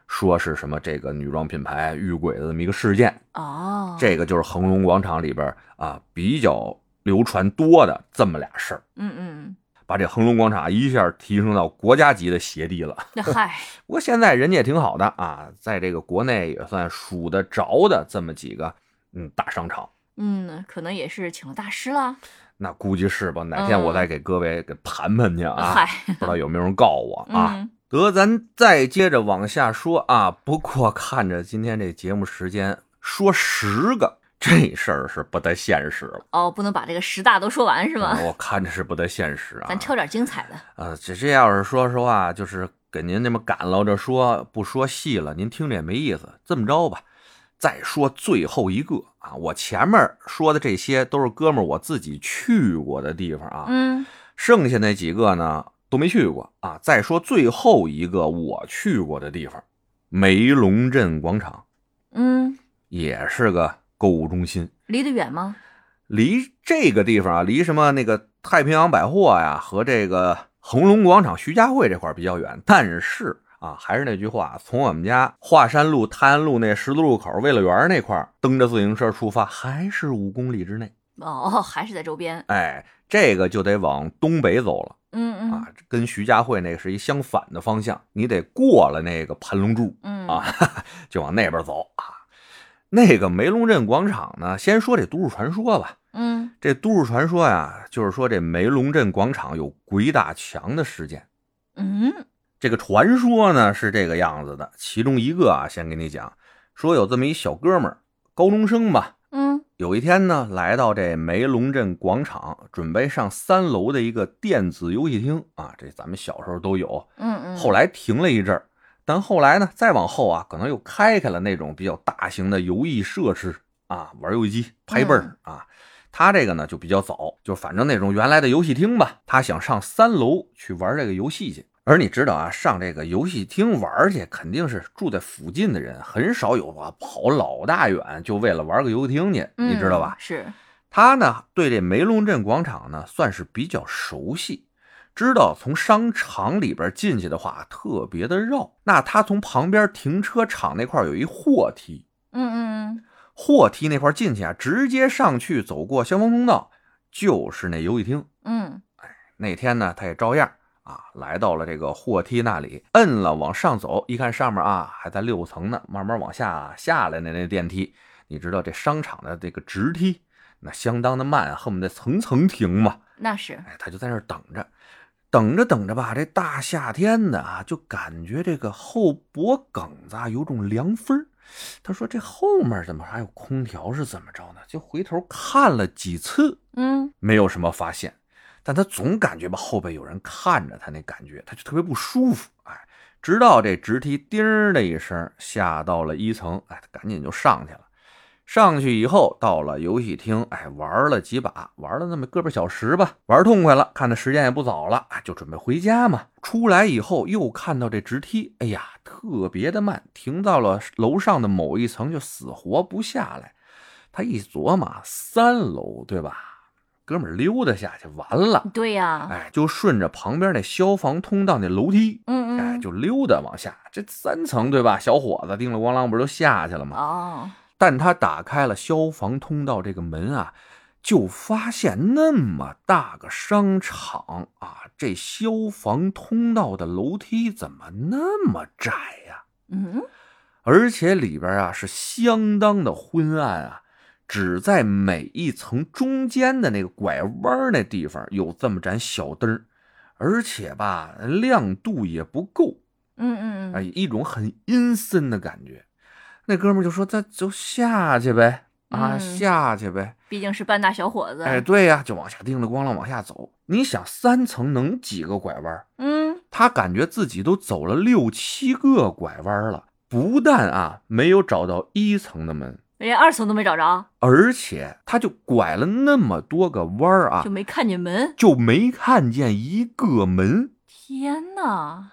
S2: 说是什么这个女装品牌遇鬼的这么一个事件。
S3: 哦，
S2: 这个就是恒隆广场里边啊比较流传多的这么俩事儿，
S3: 嗯嗯，
S2: 把这恒隆广场一下提升到国家级的邪地了。
S3: 那嗨，
S2: 不过现在人家也挺好的啊，在这个国内也算数得着的这么几个嗯大商场。
S3: 嗯，可能也是请了大师啦。
S2: 那估计是吧？哪天
S3: 嗯
S2: 我再给各位给盘盘去啊，
S3: 嗨，
S2: 不知道有没有人告我啊？
S3: 嗯
S2: 得，咱再接着往下说啊。不过看着今天这节目时间，说十个这事儿是不太现实了。
S3: 哦，不能把这个十大都说完是吗？
S2: 嗯我看着是不太现实啊。
S3: 咱挑点精彩的。
S2: 呃，这这要是说实话，就是给您那么赶捞着说，不说细了，您听着也没意思。这么着吧，再说最后一个啊，我前面说的这些都是哥们儿我自己去过的地方啊，
S3: 嗯
S2: 剩下那几个呢都没去过啊。再说最后一个我去过的地方，梅龙镇广场
S3: 嗯，
S2: 也是个购物中心。
S3: 离得远吗？
S2: 离这个地方啊，离什么那个太平洋百货呀和这个恒隆广场、徐家汇这块儿比较远，但是啊，还是那句话，从我们家华山路、泰安路那十字路口为了园儿那块儿蹬着自行车出发，还是五公里之内。
S3: 哦，还是在周边。
S2: 哎，这个就得往东北走了
S3: 嗯嗯
S2: 啊，跟徐家汇那个是一相反的方向，你得过了那个盘龙柱，
S3: 嗯
S2: 啊，就往那边走啊。那个梅龙镇广场呢，先说这都市传说吧。
S3: 嗯
S2: 这都市传说呀，就是说这梅龙镇广场有鬼打墙的事件。
S3: 嗯
S2: 这个传说呢是这个样子的，其中一个啊，先给你讲，说有这么一小哥们儿，高中生吧，
S3: 嗯
S2: 有一天呢来到这梅龙镇广场，准备上三楼的一个电子游戏厅啊，这咱们小时候都有。
S3: 嗯 嗯。
S2: 后来停了一阵儿，但后来呢，再往后啊，可能又
S3: 嗯
S2: 开开了那种比较大型的游艺设施啊，玩游戏机、拍背儿啊。他这个呢就比较早，就反正那种原来的游戏厅吧，他想上三楼去玩这个游戏去。而你知道啊，上这个游戏厅玩去，肯定是住在附近的人，很少有啊跑老大远就为了玩个游戏厅去，你知道吧
S3: 嗯？是，
S2: 他呢对这梅龙镇广场呢算是比较熟悉，知道从商场里边进去的话特别的绕。那他从旁边停车场那块儿有一货梯，
S3: 嗯嗯
S2: 货梯那块儿进去啊，直接上去走过消防通道就是那游戏厅。
S3: 嗯
S2: 那天呢，他也照样啊，来到了这个货梯那里，摁了往上走，一看上面啊还在六层呢，慢慢往下、下来的那电梯，你知道这商场的这个直梯那相当的慢，恨不得层层停嘛。
S3: 嗯，那是，
S2: 哎，他就在那儿等着，等着等着吧，这大夏天的啊，就感觉这个后脖梗子啊有种凉风儿。他说这后面怎么还有空调是怎么着呢？就回头看了几次，
S3: 嗯
S2: 没有什么发现，但他总感觉吧后背有人看着他，那感觉他就特别不舒服。哎，直到这直梯叮儿的一声下到了一层，哎，他赶紧就上去了。上去以后到了游戏厅，哎，玩了几把，玩了那么个把小时吧，玩痛快了，看的时间也不早了，哎，就准备回家嘛。出来以后又看到这直梯，哎呀，特别的慢，停到了楼上的某一层，就死活不下来。他一琢磨，三楼对吧？哥们儿溜达下去，完了，
S3: 对呀、
S2: 哎，就顺着旁边那消防通道那楼梯，
S3: 嗯
S2: 哎，
S3: 嗯，
S2: 就溜达往下。这三层对吧？小伙子叮了咣啷不是都下去了吗？
S3: 哦，
S2: 但他打开了消防通道这个门啊，就发现那么大个商场啊，这消防通道的楼梯怎么那么窄呀、
S3: 嗯
S2: 而且里边啊是相当的昏暗啊，只在每一层中间的那个拐弯儿那地方有这么盏小灯儿，而且吧亮度也不够，
S3: 嗯嗯
S2: 哎，
S3: 嗯，
S2: 一种很阴森的感觉。那哥们儿就说：“咱就下去呗，啊，
S3: 嗯
S2: 下去呗。
S3: 毕竟是半大小伙子，
S2: 哎，对呀、就往下叮了咣啷往下走。你想，三层能几个拐弯儿？
S3: 嗯
S2: 他感觉自己都走了六七个拐弯了，不但啊没有找到一层的门，
S3: 连二层都没找着，
S2: 而且他就拐了那么多个弯儿啊
S3: 就，没看见门，
S2: 就没看见一个门。
S3: 天哪，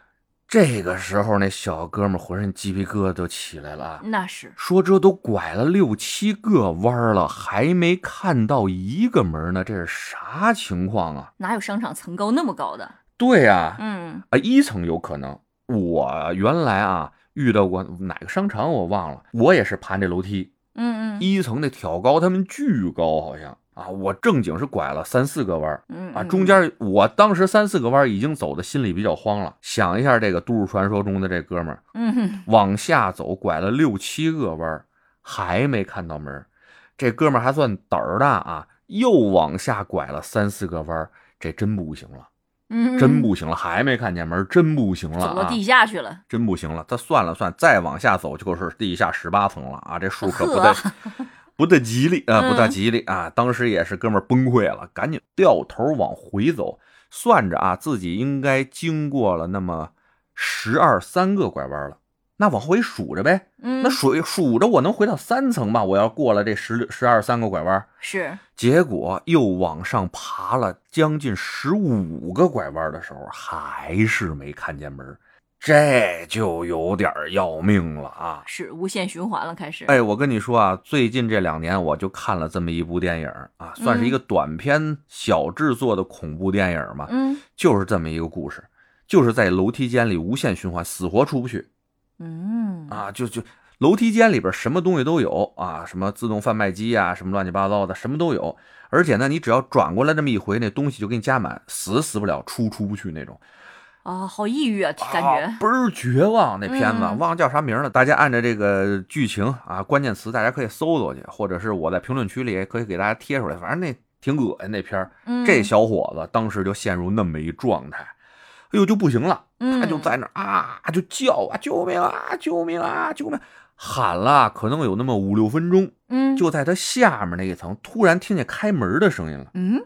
S2: 这个时候，那小哥们儿浑身鸡皮疙瘩都起来了啊！
S3: 那是，
S2: 说这都拐了六七个弯儿了，还没看到一个门呢，这是啥情况啊？
S3: 哪有商场层高那么高的？
S2: 对呀、啊，
S3: 嗯
S2: 一层有可能。我原来啊遇到过哪个商场我忘了，我也是爬这楼梯，
S3: 嗯嗯
S2: 一层那挑高他们巨高，好像啊，我正经是拐了三四个弯儿。
S3: 嗯
S2: 啊，
S3: 嗯
S2: 中间我当时三四个弯儿已经走的心里比较慌了。想一下这个都市传说中的这哥们儿，
S3: 嗯哼
S2: 往下走，拐了六七个弯儿，还没看到门儿。这哥们儿还算胆儿大啊，又往下拐了三四个弯儿，这真不行了，
S3: 嗯，
S2: 真
S3: 不
S2: 不行了，还没看见门儿，真不行了
S3: 走到
S2: 啊！
S3: 地下去了，
S2: 真不行了，他算了算，再往下走就是地下十八层了啊！这数可不
S3: 呵
S2: 得 不得吉利啊，
S3: 嗯
S2: 不大吉利啊！当时也是哥们儿崩溃了，赶紧掉头往回走，算着啊，自己应该经过了那么十二三个拐弯了，那往回数着呗。
S3: 嗯
S2: 那数数着我能回到三层吧？我要过了这十十二三个拐弯，
S3: 是，
S2: 结果又往上爬了将近十五个拐弯的时候，还是没看见门儿，这就有点儿要命了啊！
S3: 是无限循环了，开始。
S2: 哎，我跟你说啊，最近这两年我就看了这么一部电影啊，算是一个短片小制作的恐怖电影嘛，
S3: 嗯
S2: 就是这么一个故事，就是在楼梯间里无限循环，死活出不去。
S3: 嗯，
S2: 啊，就就楼梯间里边什么东西都有啊，什么自动贩卖机啊，什么乱七八糟的，什么都有。而且呢，你只要转过来这么一回，那东西就给你加满，死死不了，出出不去那种，
S3: 啊，好抑郁啊，感
S2: 啊
S3: 觉。
S2: 倍儿绝望。那片子、
S3: 嗯
S2: 忘了叫啥名了，大家按照这个剧情啊关键词，大家可以搜搜去，或者是我在评论区里也可以给大家贴出来。反正那挺恶心那片儿，
S3: 嗯，
S2: 这小伙子当时就陷入那么一状态，哎呦就不行了。
S3: 嗯
S2: 他就在那儿啊，就叫啊，救命啊，救命啊，救命！喊了可能有那么五六分钟，
S3: 嗯
S2: 就在他下面那一层，突然听见开门的声音了。
S3: 嗯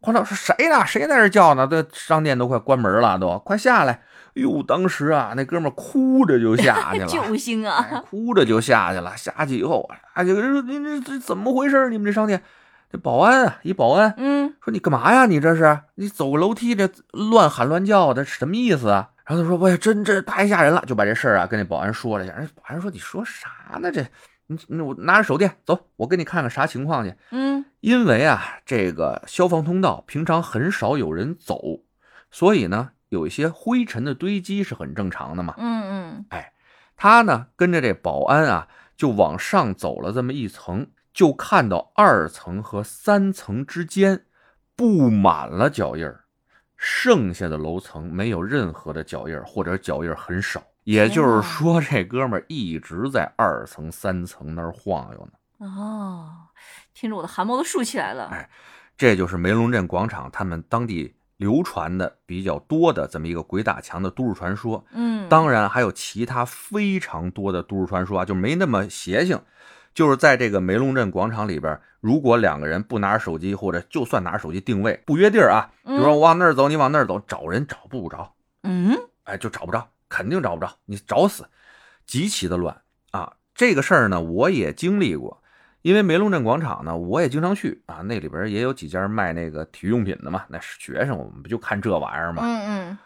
S2: 哐当，是谁呢？谁在这叫呢？这商店都快关门了，都快下来！哎呦，当时啊，那哥们儿哭着就 下去
S3: 救
S2: 了。
S3: 星
S2: 哎
S3: 啊，
S2: 哭着就下去了，下去以后，哎，这个这这这怎么回事？你们这商店，这保安啊，一保安
S3: 嗯，
S2: 说：“你干嘛呀？你这是？你走个楼梯这乱喊乱叫的，什么意思啊？”然后他说：“喂，真这太吓人了！”就把这事儿啊跟那保安说了一下。人家保安说：“你说啥呢？这你你我拿着手电走，我给你看看啥情况去。”
S3: 嗯，
S2: 因为啊，这个消防通道平常很少有人走，所以呢，有一些灰尘的堆积是很正常的嘛。
S3: 嗯
S2: 哎他呢跟着这保安啊，就往上走了这么一层，就看到二层和三层之间布满了脚印儿，剩下的楼层没有任何的脚印儿，或者脚印儿很少。也就是说，这哥们儿一直在二层、三层那儿晃悠呢。
S3: 嗯，哦，听着我的汗毛都竖起来了。
S2: 哎这就是梅龙镇广场他们当地流传的比较多的这么一个鬼打墙的都市传说。
S3: 嗯，
S2: 当然还有其他非常多的都市传说啊，就没那么邪性。就是在这个梅龙镇广场里边，如果两个人不拿手机，或者就算拿手机定位，不约地儿啊，比如说我往那儿走，你往那儿走，找人找不着，
S3: 嗯
S2: 哎，就找不着，肯定找不着，你找死，极其的乱啊！这个事儿呢，我也经历过，因为梅龙镇广场呢，我也经常去啊，那里边也有几家卖那个体育用品的嘛，那是学生我们不就看这玩意儿
S3: 嗯
S2: 嘛，
S3: 嗯，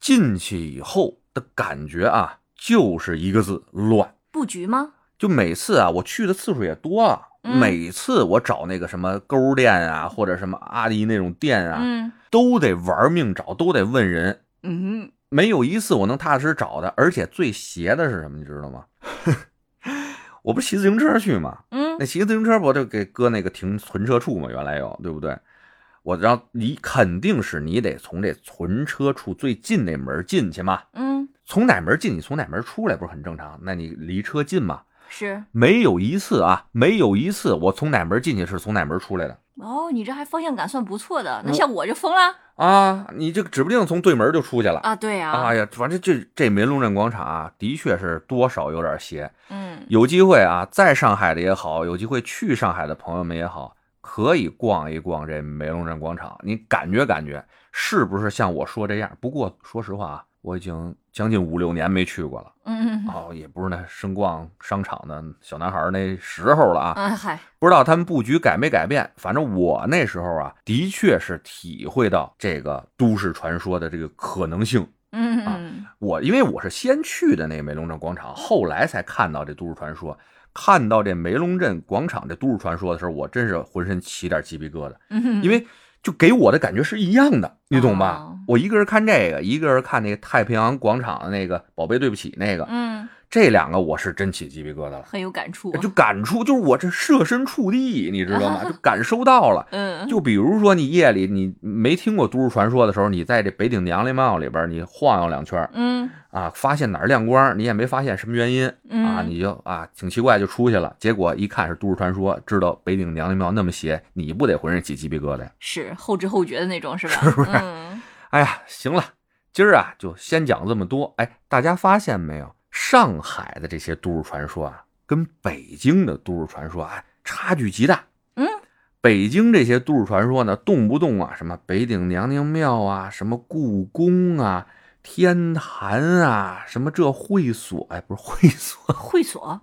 S2: 进去以后的感觉啊，就是一个字乱。
S3: 布局吗？
S2: 就每次啊，我去的次数也多了，
S3: 嗯
S2: 每次我找那个什么勾店啊，或者什么阿迪那种店啊，
S3: 嗯
S2: 都得玩命找，都得问人，
S3: 嗯，
S2: 没有一次我能踏实找的。而且最邪的是什么，你知道 吗？我不是骑自行车去吗？
S3: 嗯
S2: 那骑自行车不就给搁那个停存车处嘛？原来有，对不对？我然后你肯定是你得从这存车处最近那门进去嘛，
S3: 嗯，
S2: 从哪门进，你从哪门出来，不是很正常？那你离车近嘛？
S3: 是。
S2: 没有一次啊，没有一次我从哪门进去是从哪门出来的
S3: 哦，你这还方向感算不错的，那
S2: 我
S3: 像我就疯了
S2: 啊！你这指不定从对门就出去了。
S3: 啊！对啊，
S2: 哎呀，反正这这民龙镇广场啊，的确是多少有点邪。
S3: 嗯
S2: 有机会啊，在上海的也好，有机会去上海的朋友们也好，可以逛一逛这梅龙镇广场，你感觉感觉是不是像我说这样？不过说实话啊，我已经将近五六年没去过了，
S3: 嗯嗯
S2: 哦，也不是那生逛商场的小男孩那时候了啊。
S3: 啊嗨，
S2: 不知道他们布局改没改变，反正我那时候啊，的确是体会到这个都市传说的这个可能性。
S3: 嗯嗯
S2: 我因为我是先去的那梅龙镇广场，后来才看到这都市传说。看到这梅龙镇广场这都市传说的时候，我真是浑身起点鸡皮疙瘩，
S3: 嗯，
S2: 因为就给我的感觉是一样的，你懂吧
S3: 哦？
S2: 我一个人看这个，一个人看那个太平洋广场的那个“宝贝，对不起”那个，
S3: 嗯
S2: 这两个我是真起鸡皮疙瘩了。
S3: 很有感触，啊
S2: 就感触，就是我这设身处地，你知道吗？就感受到了。
S3: 嗯
S2: 就比如说，你夜里你没听过都市传说的时候，你在这北顶娘娘庙里边，你晃悠两圈儿
S3: 嗯
S2: 啊，发现哪儿亮光，你也没发现什么原因
S3: 嗯
S2: 啊，你就啊挺奇怪就出去了。结果一看是都市传说，知道北顶娘娘庙那么邪，你不得浑身起鸡皮疙瘩呀？
S3: 是后知后觉的那种是吧？嗯
S2: 哎呀，行了，今儿啊就先讲这么多。哎，大家发现没有，上海的这些都市传说啊，跟北京的都市传说啊差距极大。
S3: 嗯，
S2: 北京这些都市传说呢，动不动啊什么北顶娘娘庙啊，什么故宫啊。天坛啊，什么这会所？哎，不是会所，
S3: 会所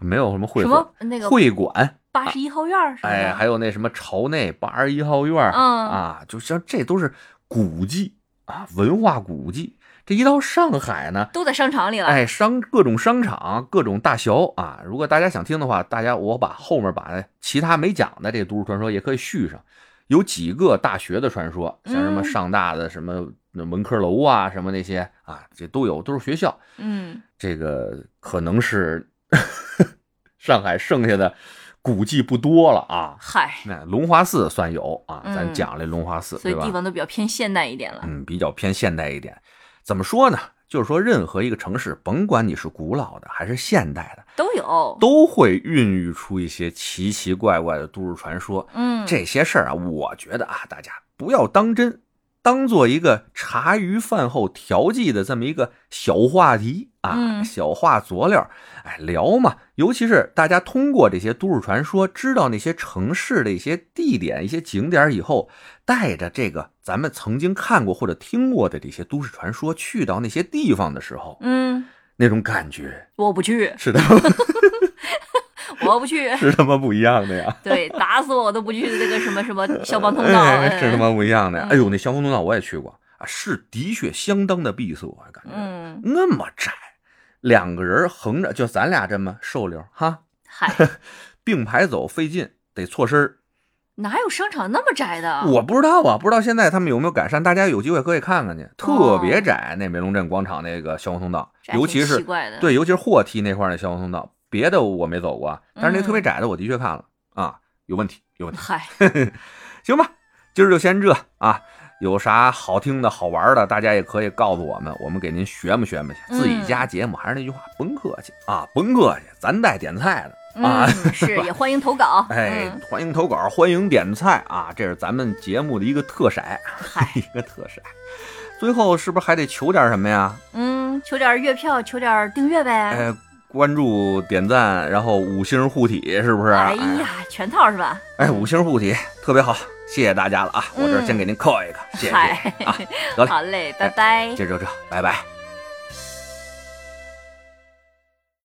S2: 没有什么会
S3: 什
S2: 所
S3: 么，那个
S2: 会馆，
S3: 八十一号院儿什么
S2: 哎，
S3: 的，
S2: 还有那什么朝内八十一号院儿、
S3: 嗯
S2: 啊，就像这都是古迹啊，文化古迹。这一到上海呢，
S3: 都在商场里了。
S2: 哎，商各种商场、各种大桥啊。如果大家想听的话，大家我把后面把其他没讲的这都市传说也可以续上。有几个大学的传说，像什么
S3: 嗯
S2: 上大的什么文科楼啊，什么那些啊，这都有，都是学校。
S3: 嗯，
S2: 这个可能是 上海剩下的古迹不多了啊。
S3: 嗨，
S2: 那龙华寺算有啊，
S3: 嗯
S2: 咱讲这龙华寺，
S3: 所以
S2: 对吧
S3: 地？方都比较偏现代一点了。
S2: 嗯，比较偏现代一点。怎么说呢？就是说，任何一个城市，甭管你是古老的还是现代的，
S3: 都有，
S2: 都会孕育出一些奇奇怪怪的都市传说。
S3: 嗯，
S2: 这些事儿啊，我觉得啊，大家不要当真，当做一个茶余饭后调剂的这么一个小话题啊，
S3: 嗯
S2: 小话佐料，哎，聊嘛。尤其是大家通过这些都市传说，知道那些城市的一些地点、一些景点以后，带着这个咱们曾经看过或者听过的这些都市传说，去到那些地方的时候，
S3: 嗯，
S2: 那种感觉
S3: 我不去，
S2: 是的。
S3: 我不去，
S2: 是他妈不一样的呀！
S3: 对，打死我我都不去那个什么 什么消防通道。
S2: 哎，是他
S3: 嗯
S2: 妈不一样的呀！哎呦，那消防通道我也去过啊，是的确相当的闭塞，我感觉、
S3: 嗯，
S2: 那么窄，两个人横着就咱俩这么瘦溜儿哈，
S3: 嗨，
S2: 并排走费劲，得错身儿。
S3: 哪有商场那么窄的？
S2: 我不知道啊，不知道现在他们有没有改善，大家有机会可以看看去，特别窄，那梅龙镇广场那个消防通道，
S3: 这还
S2: 尤其
S3: 哦挺奇
S2: 是
S3: 怪的，
S2: 对，尤其是货梯那块儿的消防通道，别的我没走过啊，但是那
S3: 嗯
S2: 特别窄的我的确看了、啊，有问题，有问题。
S3: 嗨，
S2: 行吧，今儿就先这啊。有啥好听的好玩的，大家也可以告诉我们，我们给您学么学么去。
S3: 嗯
S2: 自己家节目还是那句话，甭客气啊，甭客气，咱带点菜的啊。
S3: 嗯，是也欢迎投稿。
S2: 哎
S3: 嗯，，
S2: 欢迎投稿，欢迎点菜啊！这是咱们节目的一个特色，
S3: 嗨
S2: 一个特色。最后是不是还得求点什么呀？
S3: 嗯，求点月票，求点订阅呗。
S2: 哎，关注、点赞，然后五星护体，是不是？
S3: 哎呀，全套是吧？
S2: 哎，五星护体特别好，谢谢
S3: 嗯
S2: 大家了啊！我这儿先给您扣一个，谢谢谢谢啊，得嘞，
S3: 哎好嘞，拜拜。
S2: 今儿就这，拜拜。